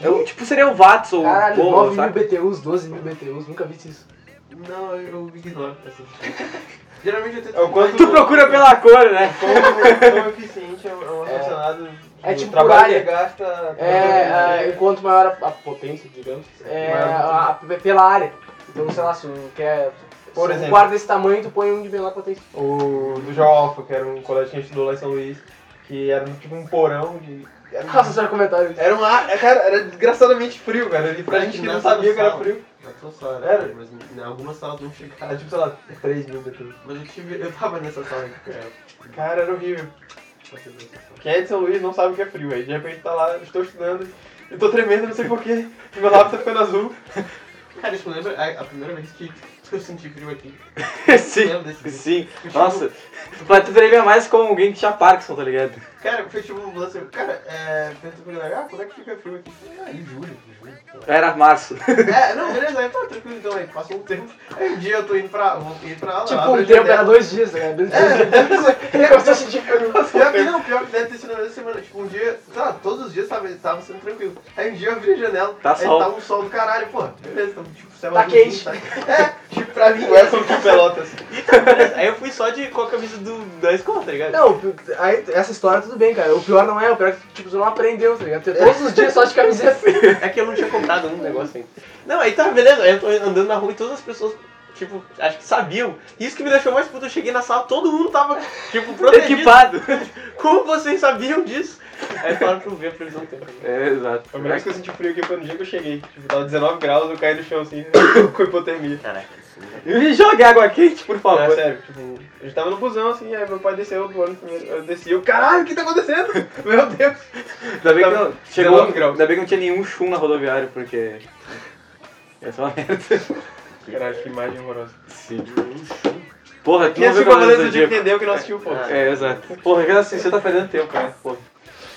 Speaker 2: É o- tipo, seria o Watts ou o
Speaker 3: Caralho,
Speaker 2: Bolo,
Speaker 3: 9 mil
Speaker 2: saca?
Speaker 3: BTUs, 12 mil BTUs, nunca vi isso.
Speaker 7: Não, eu, eu ignoro. Assim. Geralmente eu tento.
Speaker 1: É o quanto,
Speaker 2: Tu procura pela cor, né?
Speaker 1: quanto, quão eficiente é um é um ar-condicionado.
Speaker 3: É
Speaker 1: O
Speaker 3: tipo
Speaker 1: trabalho
Speaker 3: por área.
Speaker 1: que gasta.
Speaker 3: É, é, quanto maior a, a potência, digamos, é
Speaker 1: Maior
Speaker 3: a, a- pela área. Então, sei lá, se um quer.
Speaker 1: Por
Speaker 3: se um
Speaker 1: exemplo.
Speaker 3: guarda desse tamanho, tu põe um de menor potência.
Speaker 1: O do João Alfa, que era um colégio que a gente estudou lá em São Luís, que era um- tipo um porão de. Era, um-
Speaker 3: Nossa, só comentário.
Speaker 1: era um ar. é, Cara, era desgraçadamente frio, cara. E pra gente que não sabia que era frio.
Speaker 7: Mas são só,
Speaker 1: Era.
Speaker 7: né? Mas em algumas salas não
Speaker 1: Era
Speaker 7: chegaram.
Speaker 1: tipo, sei lá, 3 mil BTUs.
Speaker 7: Mas eu tive. Eu tava nessa sala que eu era.
Speaker 1: Cara, era horrível.
Speaker 7: pra ser bem sincero.
Speaker 1: Quem é de São Luís não sabe o que é frio, aí de repente tá lá, estou estudando, e tô tremendo, não sei porquê, meu lápis tá ficando azul.
Speaker 7: Cara, isso me lembra é a, a primeira vez que eu senti frio aqui.
Speaker 2: sim,
Speaker 7: Lembra desse vídeo?
Speaker 2: sim. Nossa, mas tu tremia mais como alguém que tinha Parkinson, tá ligado?
Speaker 7: Cara, foi tipo um lance. Cara, é. Pergunta pra galera, ah, quando é que fica frio aqui? Eu falei, Ah, em julho, em julho.
Speaker 2: Era março.
Speaker 7: É, não, beleza, aí tá tranquilo então aí. Passou um tempo. Aí um dia eu tô indo pra. Vou ir pra lá.
Speaker 3: Tipo,
Speaker 7: abro
Speaker 3: um
Speaker 7: a
Speaker 3: tempo era
Speaker 7: janela.
Speaker 3: dois dias, né? Ele começou a sentir frio.
Speaker 7: Pior que não, pior que deve ter sido na mesma semana. Tipo, um dia, sei lá, todos os dias tava, tava sendo tranquilo. Aí um dia eu abri a janela,
Speaker 2: Tá
Speaker 7: aí
Speaker 2: sol.
Speaker 7: tava um sol do caralho, pô, beleza, então, tipo, céu
Speaker 3: Tá
Speaker 7: azulzinho,
Speaker 3: quente.
Speaker 7: tá- É, tipo, pra mim,
Speaker 1: O Edson de Pelotas.
Speaker 4: Aí eu fui só de, com a camisa do, da escola, tá ligado?
Speaker 3: Não, o pi- aí, essa história tudo bem, cara. O pior não é, o pior é que tipo, tu não aprendeu, tá ligado? Tu ia Todos os dias só de camiseta.
Speaker 4: É que eu não tinha comprado um negócio ainda. Não, aí tá, beleza. Eu tô andando na rua e todas as pessoas, tipo, acho que sabiam. Isso que me deixou mais puto. Eu cheguei na sala, todo mundo tava, tipo, protegido.
Speaker 2: Equipado.
Speaker 4: Como vocês sabiam disso? Aí falaram pra eu ver a previsão do tempo.
Speaker 2: É, exato.
Speaker 1: A primeira vez que eu senti frio aqui foi no dia que eu cheguei. Tipo, tava 19 graus, eu caí no chão assim, com hipotermia.
Speaker 4: Caraca.
Speaker 2: Me joga água quente, por
Speaker 1: Não, é
Speaker 2: favor.
Speaker 1: sério, tipo, a gente tava no busão assim, aí meu pai desceu do ônibus primeiro. Eu desci, eu, caralho, o que tá acontecendo? Meu Deus.
Speaker 2: Ainda Tá bem que não, chegou,
Speaker 1: 19 graus.
Speaker 2: ainda bem que não tinha nenhum chum na rodoviária, porque. Essa é uma merda.
Speaker 1: Caralho, que imagem horrorosa.
Speaker 2: Sim. Porra, tu
Speaker 1: Quem
Speaker 2: não
Speaker 1: assistiu
Speaker 2: viu
Speaker 1: Cavaleiros
Speaker 2: o Cavaleiro
Speaker 1: do
Speaker 2: tipo
Speaker 1: Dia
Speaker 2: do Zodíaco.
Speaker 1: entendeu que não assistiu, pô. É.
Speaker 2: É, exato. Porra, que assim, você tá perdendo tempo, cara. Porra.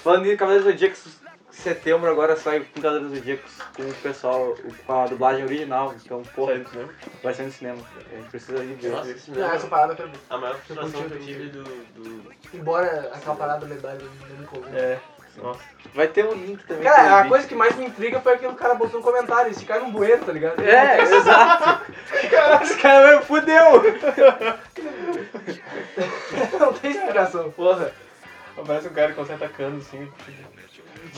Speaker 2: Falando em Cavaleiros do Zodíaco, em setembro agora sai o Cavaleiros do Zodíaco com o pessoal, com a dublagem original. Então, porra, vai ser no cinema. A gente precisa ir ver.
Speaker 4: Nossa, isso
Speaker 3: Não, essa
Speaker 4: mesmo.
Speaker 3: parada foi.
Speaker 4: A maior frustração que eu tive do... do...
Speaker 3: Embora aquela parada medalha não me convence.
Speaker 2: É, Vai ter um link também. com o
Speaker 3: Cara, a
Speaker 2: vídeo.
Speaker 3: coisa que mais me intriga foi que o cara botou um comentário, esse cara no bueiro, tá ligado?
Speaker 2: É, exato. Os caras, fudeu.
Speaker 3: Não tem explicação.
Speaker 1: Porra. Parece um cara que conserta cano assim.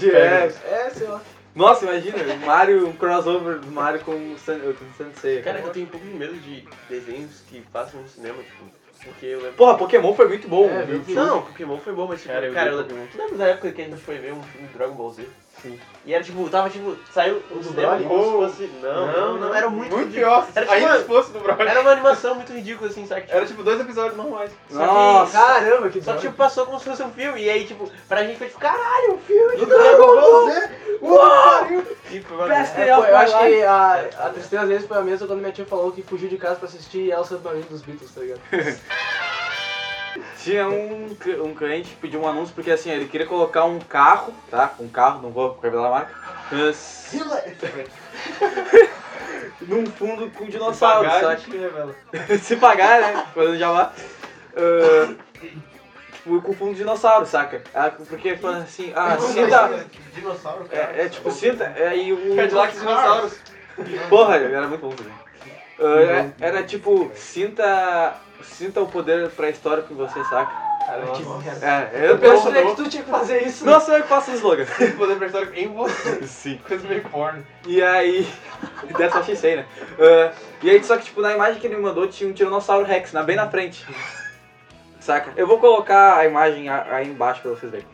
Speaker 2: É,
Speaker 3: É, sei lá.
Speaker 2: Nossa, imagina, o Mario, um crossover do Mario com o San- com o Sensei.
Speaker 4: Cara, eu tenho um pouco de medo de desenhos que passam no cinema, tipo... Porque eu lembro...
Speaker 2: Porra, Pokémon foi muito bom.
Speaker 3: É,
Speaker 2: viu?
Speaker 3: eu vi.
Speaker 4: Não, Pokémon foi bom, mas tipo,
Speaker 1: Cara,
Speaker 4: cara,
Speaker 1: eu
Speaker 4: cara
Speaker 1: vi
Speaker 4: eu
Speaker 1: Pokémon.
Speaker 4: tu lembra da época que a gente foi ver um filme do Dragon Ball Z?
Speaker 1: Sim.
Speaker 4: E era tipo, tava tipo, saiu um cinema
Speaker 1: Broly?
Speaker 4: como se
Speaker 1: Oh.
Speaker 4: fosse. Não, não, não, era muito.
Speaker 1: Muito
Speaker 4: ridículo.
Speaker 1: pior.
Speaker 4: Era tipo,
Speaker 1: Ainda
Speaker 4: uma,
Speaker 1: se fosse do Broly.
Speaker 4: era uma animação muito ridícula, assim, sabe?
Speaker 1: Era tipo dois episódios normais.
Speaker 2: Nossa.
Speaker 3: Caramba, que
Speaker 4: Só que
Speaker 3: droga.
Speaker 4: tipo, passou como se fosse um filme. E aí, tipo, pra gente foi tipo, caralho, um filme!
Speaker 1: Do Dragon Ball Z?
Speaker 4: E foi uma-
Speaker 2: Best
Speaker 3: É,
Speaker 2: Day
Speaker 3: pô,
Speaker 2: of
Speaker 3: eu
Speaker 2: my
Speaker 3: acho
Speaker 2: life.
Speaker 3: que a, a tristeza deles foi a mesma quando minha tia falou que fugiu de casa pra assistir El Submarino dos Beatles, tá ligado?
Speaker 2: Tinha um, cl- um cliente que pediu um anúncio porque assim, ele queria colocar um carro, tá? Um carro, não vou revelar a marca. mas
Speaker 3: Tipo,
Speaker 2: num fundo com dinossauro,
Speaker 1: Pagar, a
Speaker 2: sabe?
Speaker 1: gente tipo, revela.
Speaker 2: Se pagar, né? Fazendo jabá. Ah, tipo, com fundo de dinossauro, saca? Ah, porque falando assim, ah, sinta.
Speaker 7: Dinossauro, cara.
Speaker 2: É, é tipo, sinta. É, e o.
Speaker 1: Cadillac dinossauros.
Speaker 2: Porra, era muito bom também. Ah, era, era tipo, sinta, sinta o poder pré-histórico que você saca.
Speaker 3: Cara, que merda.
Speaker 2: É, eu
Speaker 3: Eu
Speaker 2: penso.
Speaker 3: pensei que tu tinha que fazer isso.
Speaker 2: Não sou eu que faço o slogan.
Speaker 1: Poder pré-histórico em você.
Speaker 2: Sim.
Speaker 1: Coisa meio porn.
Speaker 2: E aí. Dessa eu achei feio, né? Ah, e aí, só que, tipo, na imagem que ele me mandou tinha um Tiranossauro Rex na, bem na frente. Saca? Eu vou colocar a imagem a- aí embaixo pra vocês verem.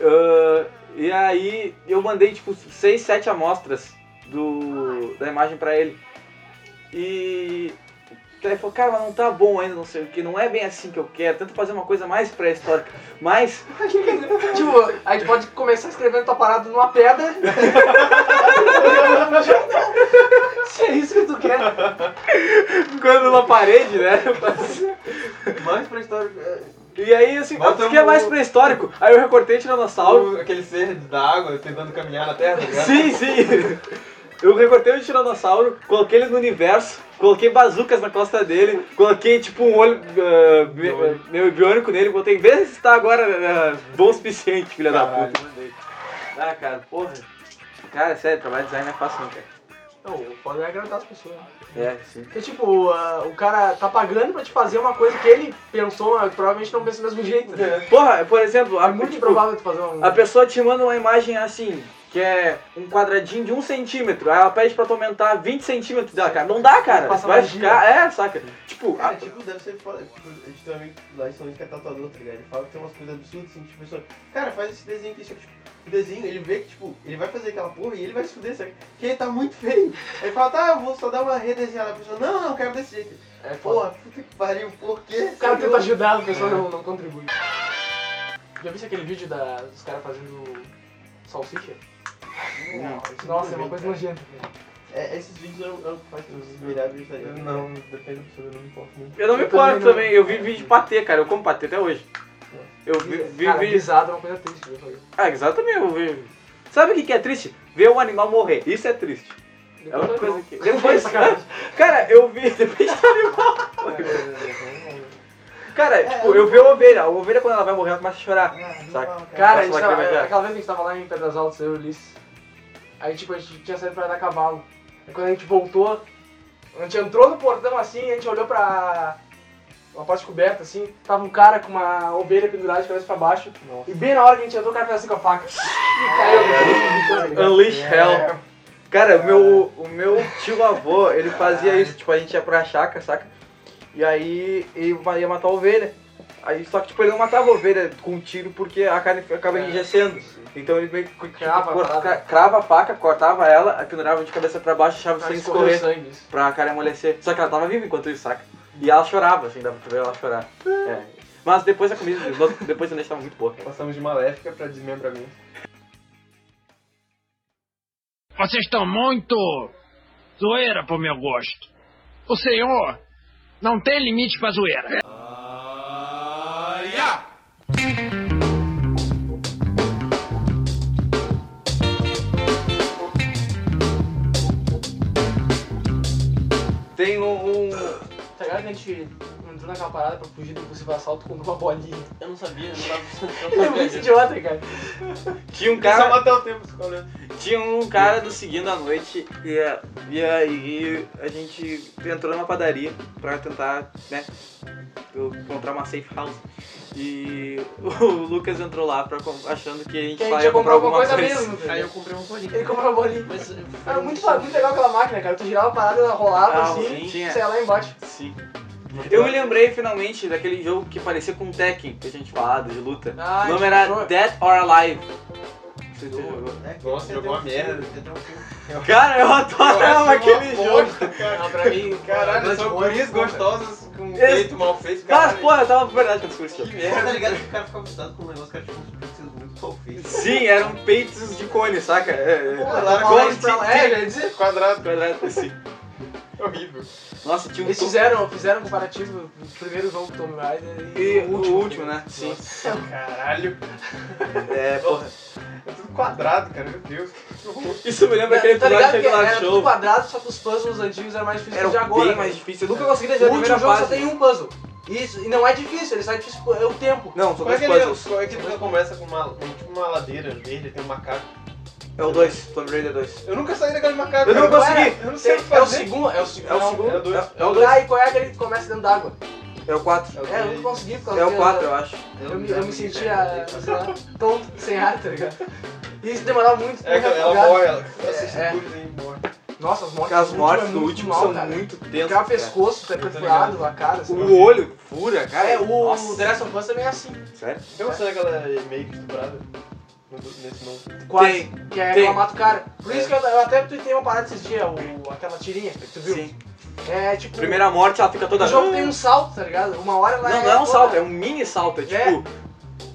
Speaker 2: Ah, e aí, eu mandei, tipo, 6, 7 amostras do, da imagem pra ele. E. Ele falou, cara, mas não tá bom ainda, não sei o que, não é bem assim que eu quero, tento fazer uma coisa mais pré-histórica. Mas
Speaker 3: tipo, a gente pode começar escrevendo tua parada numa pedra. Se é isso que tu quer.
Speaker 2: quando na parede, né?
Speaker 1: Mais pré-histórico. é,
Speaker 2: E aí, assim,
Speaker 1: Bota
Speaker 2: o que é
Speaker 1: um-
Speaker 2: mais pré-histórico? Aí eu recortei Tiranossauro.
Speaker 1: o- Aquele ser da água tentando caminhar na terra, tá ligado?
Speaker 2: Sim, sim. Eu recortei o Tiranossauro, coloquei ele no universo, coloquei bazucas na costa dele, coloquei tipo um olho ah, bi- ah, meio biônico nele, botei, vê se tá agora ah, bom o suficiente, filha da
Speaker 1: Caralho,
Speaker 2: puta. Ah, cara, porra. Cara, sério, trabalho de design não é fácil não, cara.
Speaker 3: Não, o foda é agradar as pessoas.
Speaker 2: É, sim.
Speaker 3: Porque, tipo, ah, o cara tá pagando pra te fazer uma coisa que ele pensou, mas provavelmente não pensa do mesmo jeito. né?
Speaker 2: Porra, por exemplo,
Speaker 3: É
Speaker 2: a, É.
Speaker 3: muito
Speaker 2: tipo,
Speaker 3: improvável tu fazer um- uma.
Speaker 2: a pessoa te manda uma imagem assim, que é um quadradinho de um centímetro, aí ela pede pra tu aumentar 20 centímetros dela, cara. Não dá, cara.
Speaker 3: Passa
Speaker 2: Vai
Speaker 3: magia.
Speaker 2: ficar, é, saca. Tipo, a-
Speaker 7: Cara, tipo, deve ser foda. Tipo, a gente tem um amigo lá em São Luís que é tatuador, tá ligado? Ele fala que tem umas coisas absurdas, assim, tipo, pessoa, cara, faz esse desenho aqui, tipo, o desenho, ele vê que, tipo, ele vai fazer aquela porra e ele vai se fuder, sabe? Porque ele tá muito feio. Aí ele fala, tá, eu vou só dar uma redesenhada. A pessoa, não, não, eu quero desse jeito.
Speaker 3: É foda.
Speaker 7: Porra, puta que pariu, por quê?
Speaker 3: O cara tenta ajudar, a pessoa não, não contribui. Já viste aquele vídeo da, dos caras fazendo salsicha?
Speaker 7: Não,
Speaker 3: Nossa, é uma coisa nojenta. cara.
Speaker 7: É, esses vídeos eu, eu faço os miráveis, tá ligado?
Speaker 1: Não, depende do pessoa, eu não me importo muito.
Speaker 2: Eu não me
Speaker 3: Eu
Speaker 2: importo
Speaker 3: também não.
Speaker 2: também, eu vi vídeo de patê, cara, eu como patê até hoje. Eu vi, vi
Speaker 3: Cara,
Speaker 2: vídeo.
Speaker 3: guisado é uma coisa triste. Eu falei.
Speaker 2: Ah, exatamente, eu vi. Sabe o que, que é triste? Ver um animal morrer. Isso é triste. É uma coisa que. Depois.
Speaker 3: Sacanagem.
Speaker 2: Cara, eu vi. Depende do
Speaker 3: É,
Speaker 2: animal. Cara, tipo, eu vi a ovelha. A ovelha quando ela vai morrer, ela começa a chorar. Saca?
Speaker 3: Cara, a gente
Speaker 2: Posso é
Speaker 3: tava,
Speaker 2: lacrimejar?
Speaker 3: aquela vez que a gente tava lá em Pedras Altas, eu e o Ulisses, aí tipo, a gente tinha saído pra dar cavalo. Aí quando a gente voltou, a gente entrou no portão assim, a gente olhou pra uma parte coberta assim, tava um cara com uma ovelha pendurada de cabeça pra baixo, e bem na hora que a gente entrou, o cara fez assim com a faca. E caiu no chão, tá ligado?
Speaker 2: Unleash Hell. Cara, o meu, o meu tio avô, ele fazia isso, tipo, a gente ia pra chácara, saca? E aí ele ma- ia matar a ovelha. Aí, só que tipo, ele não matava a ovelha com um tiro porque a carne f- acaba enrijecendo. Então ele meio que tipo,
Speaker 3: É, Crava a
Speaker 2: cor-
Speaker 3: parada.
Speaker 2: cra- crava a faca, cortava ela, aí pendurava de cabeça pra baixo,
Speaker 3: O
Speaker 2: deixava
Speaker 3: cara
Speaker 2: sem
Speaker 3: escorreu
Speaker 2: escorrer
Speaker 3: sangue. assim. isso.
Speaker 2: pra cara amolecer. Só que ela tava viva enquanto isso, saca? E ela chorava, assim, dava pra ver ela chorar. É. Mas depois a comida, depois a noite tava muito boa, cara.
Speaker 1: Passamos de maléfica pra desmembramento.
Speaker 9: Vocês estão muito zoeira pro meu gosto. O senhor não tem limite pra zoeira.
Speaker 2: Tem um- um
Speaker 3: Tá ligado que a gente entrou naquela parada pra fugir do possível assalto com uma bolinha.
Speaker 4: Eu não sabia, eu não tava
Speaker 3: É muito
Speaker 4: pensando.
Speaker 3: idiota, cara.
Speaker 2: Tinha
Speaker 3: é
Speaker 2: um cara. Tinha um cara nos seguindo à noite e, é, e aí a gente entrou numa padaria pra tentar, né? eu- Comprar uma safe house. E o Lucas entrou lá pra, com- achando que a gente
Speaker 3: Que a
Speaker 2: só
Speaker 3: gente
Speaker 2: ia
Speaker 3: ia
Speaker 2: comprar
Speaker 3: comprar alguma
Speaker 2: alguma
Speaker 3: coisa
Speaker 2: coisa.
Speaker 3: mesmo. tá
Speaker 4: Aí eu
Speaker 3: ligado?
Speaker 4: comprei uma
Speaker 3: Ele
Speaker 4: bolinha.
Speaker 3: comprou a bolinha.
Speaker 4: Mas eh, foi
Speaker 3: Era muito, fa- muito legal aquela máquina, cara. Tu girava a parada, ela rolava
Speaker 2: Ah,
Speaker 3: assim,
Speaker 2: sim, tinha.
Speaker 3: saia lá tipo, embaixo.
Speaker 2: Sim. Eu me lembrei finalmente daquele jogo que parecia com Tekken que a gente falado de luta.
Speaker 3: Ah,
Speaker 2: o nome
Speaker 3: a gente
Speaker 2: era
Speaker 3: jogou.
Speaker 2: Dead or Alive. Você jogou?
Speaker 1: Nossa, jogou uma merda.
Speaker 2: Cara, eu adorava aquele jogo.
Speaker 3: Ah, pra mim,
Speaker 1: Caralho,
Speaker 3: mas
Speaker 1: são
Speaker 3: boa,
Speaker 1: gurias
Speaker 3: boa,
Speaker 1: gostosas com um
Speaker 2: Esse-
Speaker 1: peito mal feito,
Speaker 2: Mas,
Speaker 1: cara.
Speaker 2: pô, eu tava verdade com esse jogo.
Speaker 1: Que merda.
Speaker 7: Tá ligado que o cara fica frustrado com um negócio que era tipo uns pixels muito mal feitos.
Speaker 2: Sim, eram peitos de cone, saca? É, é.
Speaker 3: cara.
Speaker 1: Larga
Speaker 3: Fala
Speaker 1: o
Speaker 3: isso pra ela. É, eu ia dizer.
Speaker 1: Quadrado, é
Speaker 2: Quadrado, assim.
Speaker 1: horrível.
Speaker 2: Nossa, tinha um
Speaker 3: Eles
Speaker 2: to-
Speaker 3: fizeram, fizeram um comparativo do primeiro jogo do Tomb Raider
Speaker 2: E
Speaker 3: e,
Speaker 2: o último, né? Sim.
Speaker 1: Caralho.
Speaker 2: É, porra.
Speaker 1: É tudo quadrado, cara. Meu Deus. Que horror.
Speaker 2: Isso me lembra
Speaker 3: Tá
Speaker 2: aquele
Speaker 3: tá ligado
Speaker 2: episódio
Speaker 3: que
Speaker 2: do lá
Speaker 3: era tudo
Speaker 2: show.
Speaker 3: quadrado, só que os puzzles antigos eram mais difíceis
Speaker 2: Era
Speaker 3: de agora.
Speaker 2: bem
Speaker 3: né?
Speaker 2: mais difícil. Eu nunca consegui
Speaker 3: O
Speaker 2: deixar a
Speaker 3: último
Speaker 2: primeira
Speaker 3: jogo só
Speaker 2: fase.
Speaker 3: tem um puzzle. E, isso, e não é difícil, ele só é difícil por- é o tempo.
Speaker 2: Não, são
Speaker 1: Como é
Speaker 2: dois
Speaker 1: que ele
Speaker 2: puzzles.
Speaker 1: como é que tu conversa com uma, com, tipo, uma ladeira verde, tem um macaco?
Speaker 2: É o 2, Tomb Raider 2.
Speaker 1: Eu nunca saí daquele macaco.
Speaker 2: Eu não
Speaker 1: cara.
Speaker 2: consegui!
Speaker 1: Eu não sei
Speaker 3: Tem-
Speaker 1: o que
Speaker 3: É o
Speaker 1: fazer.
Speaker 3: segundo, é o segundo.
Speaker 2: É o
Speaker 3: não.
Speaker 1: É
Speaker 2: segundo.
Speaker 1: dois.
Speaker 2: É, é o 2.
Speaker 3: Ah, e qual é aquele que começa dentro d'água?
Speaker 2: É o 4.
Speaker 3: É, eu não consegui por causa
Speaker 2: É o
Speaker 3: que
Speaker 2: 4, eu acho.
Speaker 1: É
Speaker 3: Eu, me- eu me sentia, sei lá, tonto, sem ar, tá ligado? E isso demorava muito
Speaker 1: É,
Speaker 3: pra
Speaker 1: cara, ela
Speaker 3: jogar.
Speaker 1: morre, ela assiste
Speaker 3: É, é.
Speaker 1: tudo e morre.
Speaker 3: Nossa, as
Speaker 2: Porque
Speaker 3: mortes,
Speaker 2: as
Speaker 3: do
Speaker 2: mortes
Speaker 3: último
Speaker 2: do
Speaker 3: é
Speaker 2: último
Speaker 3: mal,
Speaker 2: são
Speaker 3: cara.
Speaker 2: muito tensas.
Speaker 3: Porque o
Speaker 2: cara.
Speaker 3: pescoço tá perfurado, a cara. né? sei lá.
Speaker 2: O olho fura, cara.
Speaker 3: É, o
Speaker 2: Nossa.
Speaker 3: The Last of Us também é assim.
Speaker 2: Sério?
Speaker 1: Eu gostei daquela meio que estuprada. Não tô- Nesse novo.
Speaker 3: Quase. que é
Speaker 2: tem. É.
Speaker 3: ela mata o cara. Por isso que eu, eu até tuitei uma parada esses dias, o, aquela tirinha que tu viu.
Speaker 2: Sim.
Speaker 3: É tipo.
Speaker 2: Primeira morte, ela fica toda. Ah.
Speaker 3: o jogo tem um salto, tá ligado? Uma hora ela
Speaker 2: Não,
Speaker 3: é.
Speaker 2: não é um
Speaker 3: toda-
Speaker 2: salto, é um mini salto. É
Speaker 3: É.
Speaker 2: tipo.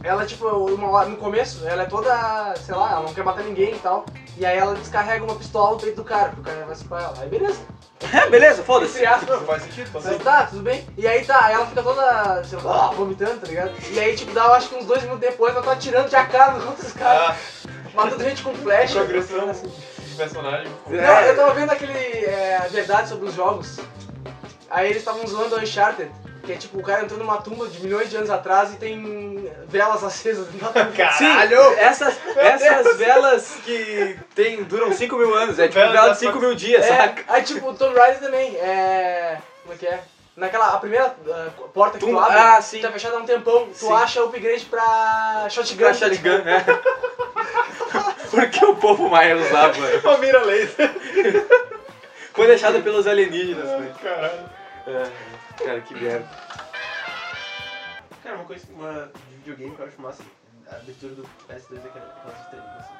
Speaker 3: Ela, tipo, uma hora, no começo, ela é toda, sei lá, ela não quer matar ninguém e tal. E aí ela descarrega uma pistola no peito do cara, pro cara vai se pra ela. Aí beleza.
Speaker 2: É, beleza, foda-se.
Speaker 3: Entre aspas.
Speaker 1: Ah, Não faz sentido, faz
Speaker 3: Mas
Speaker 1: sentido.
Speaker 3: tá, tudo bem. E aí tá, ela fica toda, sei lá, vomitando, tá ligado? E aí, tipo, dá, eu acho que uns dois minutos depois, ela tá atirando de AK nos outros caras.
Speaker 1: Ah,
Speaker 3: Matando gente com flecha.
Speaker 1: progressão de personagem.
Speaker 2: é
Speaker 3: Não, eu tava vendo aquele é, verdade sobre os jogos. Aí eles estavam zoando o Uncharted, que é tipo o cara entrou numa tumba de milhões de anos atrás e tem velas acesas dentro da tumba.
Speaker 2: Sim, essas, essas velas que tem, duram 5 mil anos, é tipo
Speaker 1: Velas
Speaker 2: vela
Speaker 1: da
Speaker 2: de 5 mil dias, saca?
Speaker 3: É, aí tipo o Tomb Raider também, é. Como é que é? Naquela, a primeira ah, porta que tu,
Speaker 2: Tum-
Speaker 3: abre,
Speaker 2: ah, sim.
Speaker 3: tá fechada há um tempão, tu
Speaker 2: Sim.
Speaker 3: acha upgrade pra shotgun. tá
Speaker 2: Pra shotgun, é. Por que o povo maia usava? Uma mira laser. Foi deixado pelos alienígenas. né? É,
Speaker 1: Caralho.
Speaker 2: Cara, que merda.
Speaker 7: Cara, uma coisa que uma de videogame que eu acho massa, a abertura do PS2 é aquela aquela estrelinha, assim.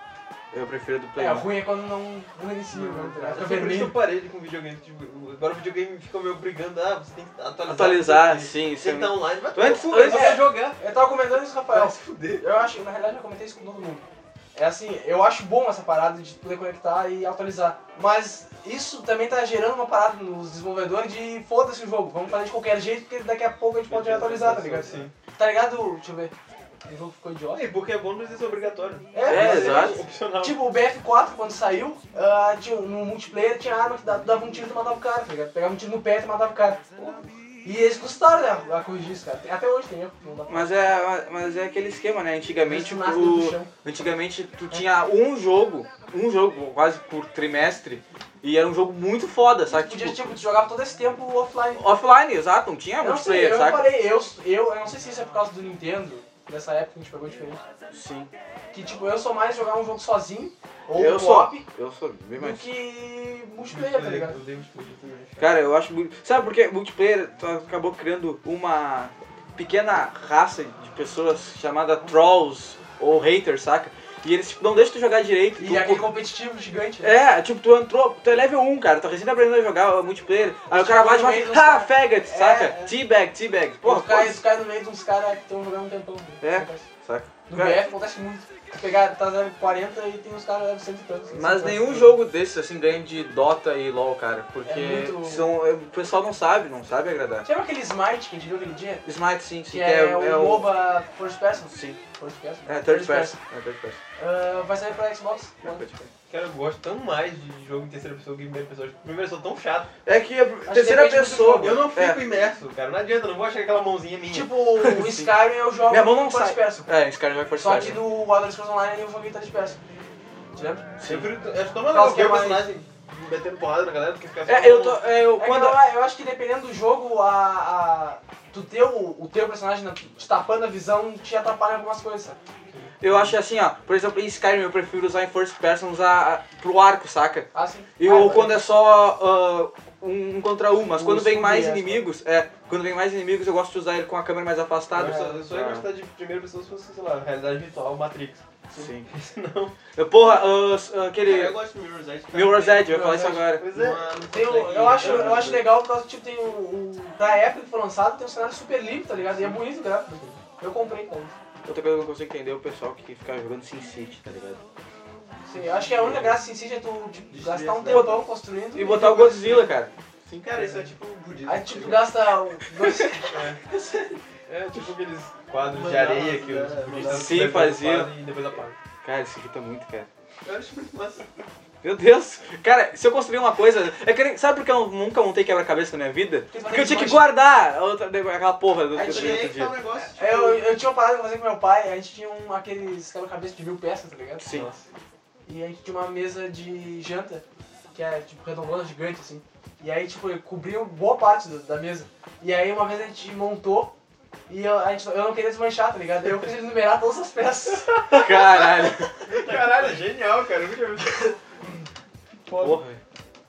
Speaker 2: Eu prefiro a do Play.
Speaker 3: É, o
Speaker 2: 1.
Speaker 3: ruim é quando não não inicia, né?
Speaker 1: Eu sou por
Speaker 3: Fica
Speaker 1: isso que eu
Speaker 3: vermelho.
Speaker 1: parei de com videogame. Tipo, agora o videogame fica me obrigando. Ah, você tem que atualizar.
Speaker 2: Atualizar,
Speaker 1: Tem
Speaker 2: sim.
Speaker 1: que
Speaker 2: sim.
Speaker 1: estar online, mas tu
Speaker 2: Antes,
Speaker 1: eu
Speaker 2: antes,
Speaker 1: vou jogar.
Speaker 3: é, Eu tava comentando isso, Rafael.
Speaker 1: se fuder.
Speaker 3: Eu acho, na realidade eu comentei isso com todo mundo. É assim, eu acho bom essa parada de poder conectar e atualizar. Mas isso também tá gerando uma parada nos desenvolvedores de foda-se o jogo, vamos fazer de qualquer jeito, porque daqui a pouco a gente pode atualizar, tá
Speaker 2: assim.
Speaker 3: ligado?
Speaker 1: Sim.
Speaker 3: Tá ligado? Deixa eu ver. O jogo ficou idiota.
Speaker 1: E porque é bom não precisa ser obrigatório.
Speaker 2: É,
Speaker 3: mas-
Speaker 2: exato.
Speaker 1: Opcional.
Speaker 3: Tipo, o BF4, quando saiu, ah, tinha, no multiplayer tinha arma que dava, dava um tiro e tu matava o cara, tá ligado? Pegava um tiro no pé e tu matava o cara. E eles custaram, né, a corrigir isso, cara. Tem- Até hoje tem erro, não dá pra...
Speaker 2: Mas é, mas é aquele esquema, né? Antigamente
Speaker 3: Isso nasce do
Speaker 2: tu,
Speaker 3: chão.
Speaker 2: antigamente tu tinha um jogo, um jogo quase por trimestre, e era um jogo muito foda, saca?
Speaker 3: Podia,
Speaker 2: Tipo,
Speaker 3: tipo, tu jogava todo esse tempo offline.
Speaker 2: offline, exato, não tinha
Speaker 3: Eu não sei,
Speaker 2: multiplayer,
Speaker 3: eu
Speaker 2: saca?
Speaker 3: reparei, eu, eu, eu não sei se isso é por causa do Nintendo, nessa época que a gente pegou diferente,
Speaker 2: Sim,
Speaker 3: que tipo, eu sou mais jogar um jogo sozinho, ou
Speaker 2: eu sou,
Speaker 3: co-op,
Speaker 2: eu sou bem
Speaker 3: do
Speaker 2: mais
Speaker 3: que multiplayer, tá ligado?
Speaker 1: Eu dei um estúdio também.
Speaker 2: Cara, eu acho muito. Sabe por quê? Multiplayer tu acabou criando uma pequena raça de pessoas chamada trolls ou haters, saca? E eles tipo, não deixam tu jogar direito. tu-
Speaker 3: E aquele competitivo gigante. né?
Speaker 2: É, tipo, tu entrou, tu é level 1, cara, tu recém tá aprendendo a jogar multiplayer, aí o cara vai e
Speaker 3: Mas tipo,
Speaker 2: fala,
Speaker 3: tu
Speaker 2: ha,
Speaker 3: cai no meio dos
Speaker 2: faggot,
Speaker 3: É,
Speaker 2: saca?
Speaker 3: é.
Speaker 2: Teabag, teabag,
Speaker 3: Pô,
Speaker 2: porra,
Speaker 3: tu cai,
Speaker 2: pode,
Speaker 3: tu cai no meio de uns caras que estão jogando um tempão. né?
Speaker 2: É.
Speaker 3: Acontece.
Speaker 2: saca?
Speaker 3: No
Speaker 2: Cara,
Speaker 3: BF acontece muito. Tu pegar, tá level 40 e tem uns caras level 100 e tantos.
Speaker 2: Mas
Speaker 3: 150.
Speaker 2: nenhum jogo desses, assim, ganha de Dota e LoL, cara, porque
Speaker 3: É muito-
Speaker 2: são, o pessoal não sabe, não sabe agradar.
Speaker 3: Tinha aquele Smite que a gente viu aquele dia?
Speaker 2: Smite, sim, sim,
Speaker 3: Que é, o
Speaker 2: é o...
Speaker 3: MOBA First Person?
Speaker 2: Sim,
Speaker 3: First Person?
Speaker 2: é third person, é third person.
Speaker 3: Ah, vai sair pra Xbox?
Speaker 2: É third person.
Speaker 1: Cara, eu gosto tão mais de jogo em terceira pessoa que em primeira pessoa. Primeira pessoa é tão chato.
Speaker 2: É que a terceira
Speaker 3: depende muito do
Speaker 2: pessoa.
Speaker 3: jogo.
Speaker 1: Eu não fico
Speaker 2: É.
Speaker 1: imerso, cara. Não adianta, eu não vou achar que aquela mãozinha é minha.
Speaker 3: Tipo, o Skyrim eu jogo
Speaker 2: Minha mão não
Speaker 3: First
Speaker 2: sai.
Speaker 3: Person.
Speaker 2: É, esse cara vai forçar.
Speaker 3: Só que no Elder Scrolls Online eu joguei Third Person. Te lembra?
Speaker 1: eu prefiro- eu acho tão mais legal
Speaker 3: Nossa,
Speaker 1: ver o
Speaker 3: que é mais-
Speaker 1: personagem metendo porrada na galera do que ficar só-
Speaker 2: É, eu tô. É, eu,
Speaker 3: É que
Speaker 2: quando.
Speaker 3: eu, eu acho que dependendo do jogo, a. a tu ter o, o teu personagem na- te tapando a visão te atrapalha em algumas coisas. sabe?
Speaker 2: Eu acho assim, ó. Por exemplo, em Skyrim eu prefiro usar em first person, usar ah, pro arco, saca?
Speaker 3: Ah, sim.
Speaker 2: E
Speaker 3: Ah,
Speaker 2: ou
Speaker 3: tá.
Speaker 2: quando é só ah, um um contra um, mas
Speaker 3: Um
Speaker 2: quando vem
Speaker 3: escudo
Speaker 2: mais
Speaker 3: e essa.
Speaker 2: inimigos, é. Quando vem mais inimigos eu gosto de usar ele com a câmera mais afastada.
Speaker 1: Eu só, eu só ia
Speaker 2: Ah,
Speaker 1: gostar de primeira pessoa se fosse, sei lá, realidade virtual, Matrix.
Speaker 2: Sim.
Speaker 1: Não.
Speaker 2: Eu- Porra, ah, s- ah,
Speaker 7: Cara, eu
Speaker 2: aquele.
Speaker 7: gosto de Mirror's Edge. cara.
Speaker 2: Mirror's Edge, eu ia falar isso
Speaker 3: Mirror's
Speaker 2: agora.
Speaker 1: Pois é.
Speaker 7: Mano,
Speaker 3: Tem o- eu, acho,
Speaker 2: né?
Speaker 3: eu acho legal por causa que tipo, tem o, o. Na época que foi lançado, tem um cenário super limpo, tá ligado? E é bonito o gráfico. Eu comprei, tá ligado?
Speaker 2: Outra coisa que eu não consigo entender é o pessoal que fica jogando Sin City, tá ligado?
Speaker 3: Sim, eu acho que a única graça em si é tu tipo,
Speaker 7: Destruir
Speaker 3: gastar
Speaker 7: a
Speaker 3: um
Speaker 7: cidade.
Speaker 3: tempão construindo.
Speaker 2: E botar o Godzilla, cara.
Speaker 7: Sim, cara, isso é tipo budismo.
Speaker 3: Aí tipo, gasta o- dois.
Speaker 1: É tipo aqueles quadros de
Speaker 7: Mandar
Speaker 1: areia
Speaker 7: umas,
Speaker 1: que
Speaker 7: né,
Speaker 1: os
Speaker 7: mandar
Speaker 1: budistas
Speaker 2: Sim,
Speaker 1: fazem,
Speaker 2: fazia.
Speaker 1: fazem E depois apagam.
Speaker 2: Cara, isso irrita muito, cara.
Speaker 7: Eu acho muito massa.
Speaker 2: Meu Deus! Cara, se eu construir uma coisa. É que nem- sabe por que eu nunca montei quebra-cabeça na minha vida? Porque eu tinha que guardar a outra, aquela porra do que eu
Speaker 7: Aí
Speaker 2: fiz
Speaker 7: chega aí
Speaker 2: outro
Speaker 7: que tá um
Speaker 2: dia.
Speaker 7: negócio,
Speaker 3: É,
Speaker 7: tipo...
Speaker 3: Eu, eu tinha uma parada pra fazer com meu pai, a gente tinha um, aqueles quebra-cabeça de mil peças, tá ligado?
Speaker 2: Sim.
Speaker 3: E E a gente tinha uma mesa de janta, que é tipo redondona, gigante, assim. E aí, tipo, cobriu boa parte do- da mesa. E aí uma vez a gente montou e eu, a gente, eu não queria desmanchar, tá ligado? Eu fiz ele numerar todas as peças.
Speaker 2: Caralho.
Speaker 1: Caralho, é genial, cara. Eu nunca vi isso.
Speaker 2: Porra.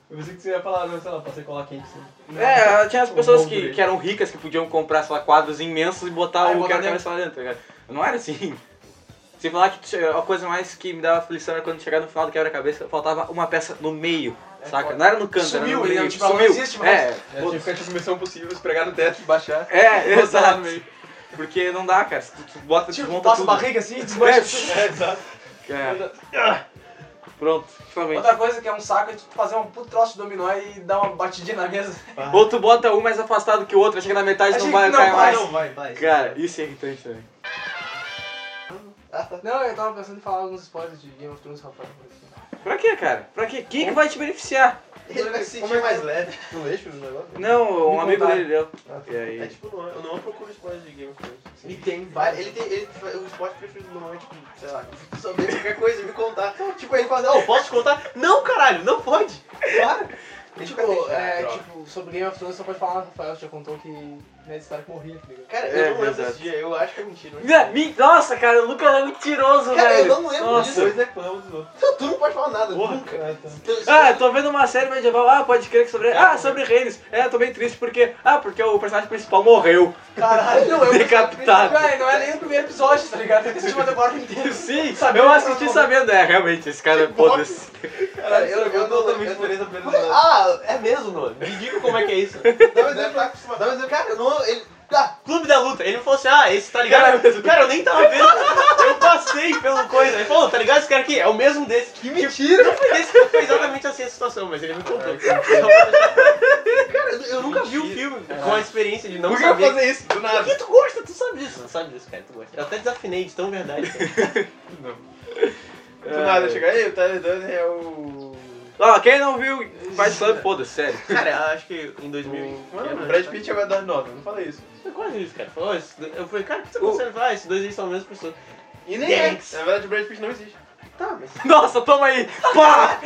Speaker 4: Eu pensei que você ia falar, não, sei lá, passei colar quente. Assim.
Speaker 2: É, tinha as pessoas
Speaker 4: bom
Speaker 2: que,
Speaker 4: direito.
Speaker 2: que eram ricas que podiam comprar, sei lá, quadros imensos e botar
Speaker 3: Aí
Speaker 2: o
Speaker 3: botar
Speaker 2: cara cabeça lá dentro, tá ligado? Eu Não era assim. Sem falar que che- a coisa mais que me dava aflição era quando chegava no final do quebra-cabeça, faltava uma peça no meio, saca? Não era no canto, era
Speaker 3: Sumiu,
Speaker 2: no meio.
Speaker 3: né? Tipo, ela não existe mais.
Speaker 2: É,
Speaker 1: É, tinha que ficar tipo missão possível, pregar no teto, baixar.
Speaker 2: é,
Speaker 1: botar lá
Speaker 2: exato.
Speaker 1: no meio.
Speaker 2: Porque não dá, cara. Se tu, tu bota, tu
Speaker 3: Tipo,
Speaker 2: monta
Speaker 3: passa
Speaker 2: tudo.
Speaker 3: a barriga assim e desmancha.
Speaker 2: É, exato.
Speaker 4: É.
Speaker 2: Pronto, finalmente.
Speaker 3: Outra coisa que é um saco é tu fazer um puto troço de dominó e dar uma batidinha na mesa.
Speaker 2: Ou tu bota um mais afastado que o outro, chega na metade e
Speaker 3: Achei
Speaker 2: não vai
Speaker 3: que não
Speaker 2: cair
Speaker 3: vai.
Speaker 2: mais.
Speaker 4: Não, É, vai, vai.
Speaker 2: Cara, isso é irritante também.
Speaker 3: Não, eu tava pensando em falar alguns spoilers de Game of Thrones, Rafael.
Speaker 2: Pra quê, cara? Pra quê? Quem que vai te beneficiar?
Speaker 4: Ele vai se sentir mais leve. Não deixa o negócio?
Speaker 2: Não, um
Speaker 3: Me
Speaker 2: amigo
Speaker 3: contaram.
Speaker 2: dele deu. E
Speaker 4: É
Speaker 2: aí?
Speaker 4: tipo, não, eu não procuro spoiler de Game of Thrones.
Speaker 3: E tem
Speaker 4: Vai, ele tem, ele, tipo, o esporte preferido não é tipo, sei lá, saber qualquer coisa e me contar.
Speaker 7: Então,
Speaker 4: Tipo, ele fala, oh, posso te contar? Não, caralho, não pode! Claro! Ele
Speaker 3: Tipo,
Speaker 4: fica triste,
Speaker 3: é,
Speaker 4: cara,
Speaker 3: tipo, sobre Game of Thrones, só pode falar, Rafael já contou que né, esse cara morria, tá ligado?
Speaker 4: Cara,
Speaker 2: É,
Speaker 4: eu não lembro
Speaker 2: exato.
Speaker 4: desse dia, eu acho que é mentira. mas-
Speaker 2: Não, mi- Nossa, cara, o Lucas é mentiroso,
Speaker 4: Cara,
Speaker 2: velho.
Speaker 4: eu não lembro
Speaker 2: Nossa.
Speaker 4: disso.
Speaker 1: Dois é plano dos outros.
Speaker 4: Então, tu não pode falar nada, nunca. Então, isso-
Speaker 2: Ah, tô vendo uma série medieval. Ah, pode crer que sobre. Ah, sobre reis. É, tô bem triste porque. Ah, porque o personagem principal morreu.
Speaker 3: Caralho, Ah, não, eu...
Speaker 2: Decapitado.
Speaker 3: Cara, não é nem o primeiro episódio, tá ligado? Eu assisti uma temporada inteira.
Speaker 2: Sim,
Speaker 3: Sabia
Speaker 2: eu
Speaker 3: que
Speaker 2: assisti
Speaker 3: era
Speaker 2: sabendo. É, realmente, esse cara foda-se.
Speaker 4: Cara, eu, eu,
Speaker 1: Eu
Speaker 4: não um
Speaker 1: tô
Speaker 4: lembro.
Speaker 1: é totalmente
Speaker 4: Eu
Speaker 1: diferente da primeira
Speaker 4: Mas-
Speaker 1: temporada.
Speaker 10: Ah, é mesmo, mano. Me diga como é que é isso.
Speaker 4: Dá um exemplo, dá um exemplo. Cara, eu não... Ele, tá,
Speaker 10: Clube da Luta. Ele falou assim, ah, esse tá ligado? Cara, eu nem tava vendo. Eu passei pelo coisa. Ele falou, tá ligado esse cara aqui? É o mesmo desse. Que mentira. Não foi desse que foi exatamente assim a situação, mas ele me contou. Então, Cara, eu- eu nunca vi o filme com a experiência de não
Speaker 1: Por que eu
Speaker 10: saber.
Speaker 1: fazer isso? Do
Speaker 10: Por
Speaker 1: nada.
Speaker 10: que tu gosta? Tu sabe disso. Tu sabe disso, cara. Tu gosta. Eu até desafinei de tão verdade. cara.
Speaker 1: Do nada, chega aí, o Tyler Dunn é o...
Speaker 2: Ó, quem não viu, faz slam, foda-se, sério.
Speaker 10: Cara, acho que em 2000... e- um,
Speaker 1: Mano, o Brad Pitt é o Edward Norton, não fala isso.
Speaker 10: Foi quase isso, cara. Falou, esse- eu falei, cara, o que tá acontecendo? Ele falou, Ah, esses dois aí são a mesma pessoa.
Speaker 1: E nem
Speaker 10: Thanks.
Speaker 1: é. Na verdade, o Brad Pitt não existe.
Speaker 2: Nossa, toma aí. Pá!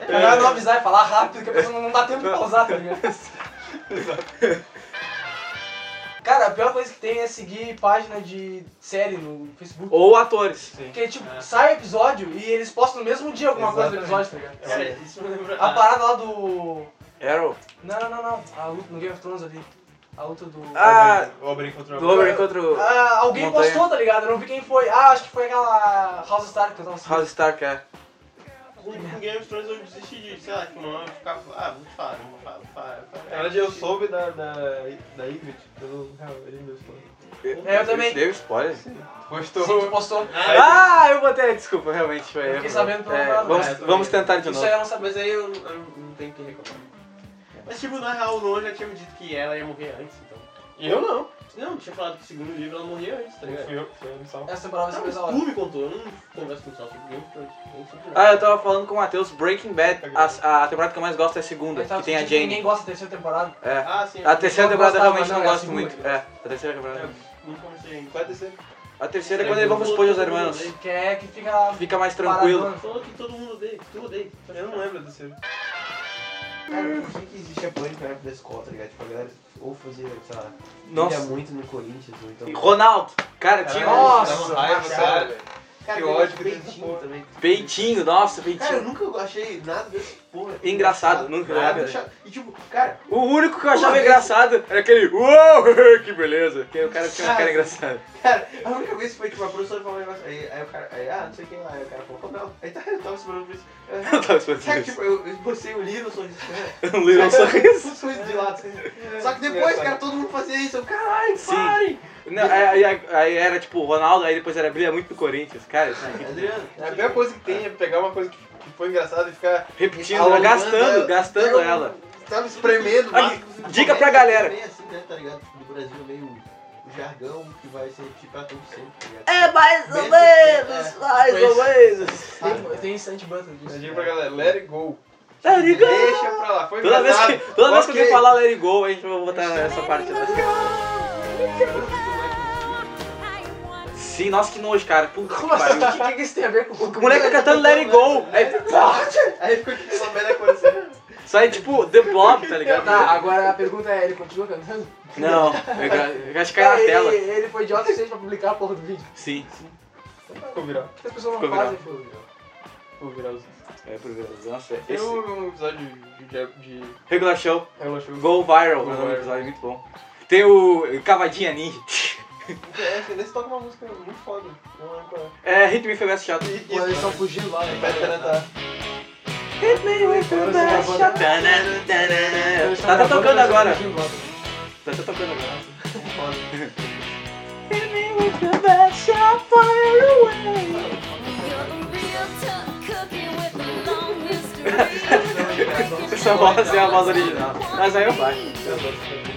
Speaker 3: É melhor não avisar e falar rápido, que a pessoa não dá tempo de pausar, tá ligado? Cara, a pior coisa que tem é seguir página de série no Facebook.
Speaker 2: Ou atores.
Speaker 3: Porque, tipo, sai o episódio e eles postam no mesmo dia alguma coisa do episódio, tá ligado?
Speaker 1: Cara,
Speaker 4: isso me lembra...
Speaker 3: A parada lá do.
Speaker 2: Arrow.
Speaker 3: Não, não, não, não. A luta no Game of Thrones ali. A luta do.
Speaker 2: Ah,
Speaker 1: O Oberyn contra o
Speaker 2: Glover contra o
Speaker 3: Ah, alguém
Speaker 2: Montanha.
Speaker 3: postou, tá ligado? Eu não vi quem foi. Ah, acho que foi aquela House Stark que eu tava assistindo.
Speaker 2: House Stark, é.
Speaker 4: Com com Game of Thrones eu desisti de, sei lá, tipo, não, eu ficava... Ah, vou te falar, não vou falar, vou falar. vou falar.
Speaker 1: Na verdade, eu soube da, da, da Ygritte pelo Hell, ele me expôs.
Speaker 3: É, eu também.
Speaker 2: Deu spoiler?
Speaker 1: Postou...
Speaker 3: Sim, tu postou.
Speaker 2: Ah, eu botei, desculpa, realmente foi.
Speaker 3: Eu fiquei sabendo pelo
Speaker 2: É,
Speaker 1: Ah,
Speaker 3: lado.
Speaker 2: vamos,
Speaker 3: É, eu
Speaker 2: vamos tentar de
Speaker 3: Isso
Speaker 2: novo.
Speaker 3: aí eu não sabia.
Speaker 10: Mas aí eu, eu não tenho o que reclamar.
Speaker 4: Mas, tipo, na real, o Noah já tinha me dito que ela ia morrer antes, então.
Speaker 1: Eu não.
Speaker 4: Não, tinha falado que o segundo livro ela morria antes, tá ligado?
Speaker 1: Fui eu, fui eu, me salvo.
Speaker 3: Essa temporada vai ser
Speaker 4: Não, mas
Speaker 3: mais da hora.
Speaker 4: tu me contou, eu não converso com o Sal sobre Game of Thrones. nem sobre nada.
Speaker 2: Ah, eu tava falando com o Matheus, Breaking Bad, a, a temporada que eu mais gosto é a segunda,
Speaker 3: Eu tava
Speaker 2: que tem a
Speaker 3: sentindo que
Speaker 2: Jane.
Speaker 3: Então, tá, tipo, Ninguém gosta da terceira temporada. tá
Speaker 2: É.
Speaker 4: Ah, sim.
Speaker 2: A terceira
Speaker 3: Eu
Speaker 2: temporada eu
Speaker 3: gostava,
Speaker 2: realmente
Speaker 3: mas
Speaker 2: não
Speaker 3: não é a
Speaker 2: gosto muito.
Speaker 3: segunda.
Speaker 2: É, a terceira temporada.
Speaker 4: Não comecei ainda.
Speaker 1: Qual é a terceira?
Speaker 2: A terceira é quando ele vai pros os irmãos.
Speaker 3: Que é que fica.
Speaker 2: Fica mais tranquilo.
Speaker 3: paradona.
Speaker 4: Falou que todo mundo odeia, que tu odeia.
Speaker 1: Eu não lembro da terceira.
Speaker 4: Cara, por que, que existe a pânico na época da escola, tá ligado? Tipo, a galera ou fazia, sei lá,
Speaker 2: Nossa.
Speaker 4: ia muito no Corinthians, ou então...
Speaker 2: Ronaldo! Cara, tinha
Speaker 3: Nossa,
Speaker 1: Dava raiva, cara. velho.
Speaker 4: Cara,
Speaker 1: que
Speaker 4: eu
Speaker 1: ódio
Speaker 4: acho
Speaker 1: que tem essa
Speaker 4: peitinho
Speaker 1: porra.
Speaker 4: também.
Speaker 2: peitinho, nossa,
Speaker 4: Cara, eu
Speaker 2: peitinho.
Speaker 4: nunca achei nada desse porra. tá
Speaker 2: Engraçado, nunca
Speaker 4: Nada.
Speaker 2: nada.
Speaker 4: chato. E tipo, cara,
Speaker 2: O único que eu achava
Speaker 4: Uma vez-
Speaker 2: engraçado era aquele Uou, que beleza! Que o cara tinha uma cara
Speaker 4: Cara.
Speaker 2: engraçada.
Speaker 4: cara, a única vez que foi tipo, a professora falou um negócio, aí, aí o cara, aí, ah, não sei quem lá, aí o cara falou, não, aí tá, eu tava esperando por isso. Eu,
Speaker 2: Eu tava esperando
Speaker 4: sabe,
Speaker 2: isso.
Speaker 4: tipo, eu eu bocei o livro, sorriso,
Speaker 2: Um little sorriso.
Speaker 4: um sorriso de lado. Só que depois, cara, todo mundo fazia isso, eu, caralho,
Speaker 2: Sim.
Speaker 4: parem!
Speaker 2: Não, é, aí, aí- aí era tipo o Ronaldo, aí depois era brilha muito no Corinthians, cara. isso aqui-
Speaker 4: Adriano,
Speaker 1: A primeira coisa que tem é pegar uma coisa que, que foi engraçada e ficar,
Speaker 2: Repetindo,
Speaker 1: Alongando
Speaker 2: gastando,
Speaker 1: ela.
Speaker 2: gastando ela.
Speaker 4: sabe, espremendo.
Speaker 2: Aí,
Speaker 4: mas-
Speaker 2: dica pra
Speaker 4: comédia
Speaker 2: galera.
Speaker 4: também é assim, né, tá ligado? Tipo, no Brasil é meio o jargão que vai se repetir pra todo sempre, tá ligado? é.
Speaker 2: É mais
Speaker 4: ou menos,
Speaker 2: mais ou menos.
Speaker 3: Tem, tem instant button
Speaker 1: eu
Speaker 3: disso. né?
Speaker 1: digo pra galera, let it go.
Speaker 2: Tá ligado?
Speaker 1: Deixa pra lá, foi
Speaker 2: Toda vez
Speaker 1: engraçado.
Speaker 2: que, toda vez que eu
Speaker 1: Ok.
Speaker 2: falar Let It Go, a gente vai botar essa parte. lá.
Speaker 11: I want
Speaker 2: Sim, nossa, que nojo, cara. Puta que
Speaker 3: Como assim?
Speaker 2: pariu.
Speaker 3: O que, que isso tem a ver com
Speaker 2: O moleque tá é cantando Let It Go. Aí, pá,
Speaker 7: Aí ficou tipo uma merda acontecendo.
Speaker 2: isso aí é tipo The Blob, tá ligado?
Speaker 3: Tá, agora a pergunta é, ele continua cantando?
Speaker 2: Não, eu ca- eu acho que caiu na
Speaker 3: ele,
Speaker 2: tela.
Speaker 3: ele foi idiota o suficiente pra publicar a porra do vídeo.
Speaker 2: Sim,
Speaker 1: Ficou viral.
Speaker 3: As pessoas não
Speaker 2: Ficou
Speaker 3: fazem, né? pô.
Speaker 1: Ficou viralzinho.
Speaker 2: é primeiro. Nossa,
Speaker 1: Tem
Speaker 2: esse
Speaker 1: um episódio de, de, de
Speaker 2: regular show,
Speaker 1: Regular Show.
Speaker 2: Go Viral,
Speaker 1: Go
Speaker 2: é um
Speaker 1: Viral.
Speaker 2: episódio muito bom. Tem o Cavadinha Ninja.
Speaker 1: É, assim, nesse toca uma música muito foda. Não lembro qual é.
Speaker 2: É, Hit Me Feel Chato.
Speaker 3: Quando eles estão fugindo lá, né?
Speaker 1: Vai cantar.
Speaker 2: Tá até tocando agora. Tá até tocando agora. Essa voz é a voz original. Mas aí eu faço.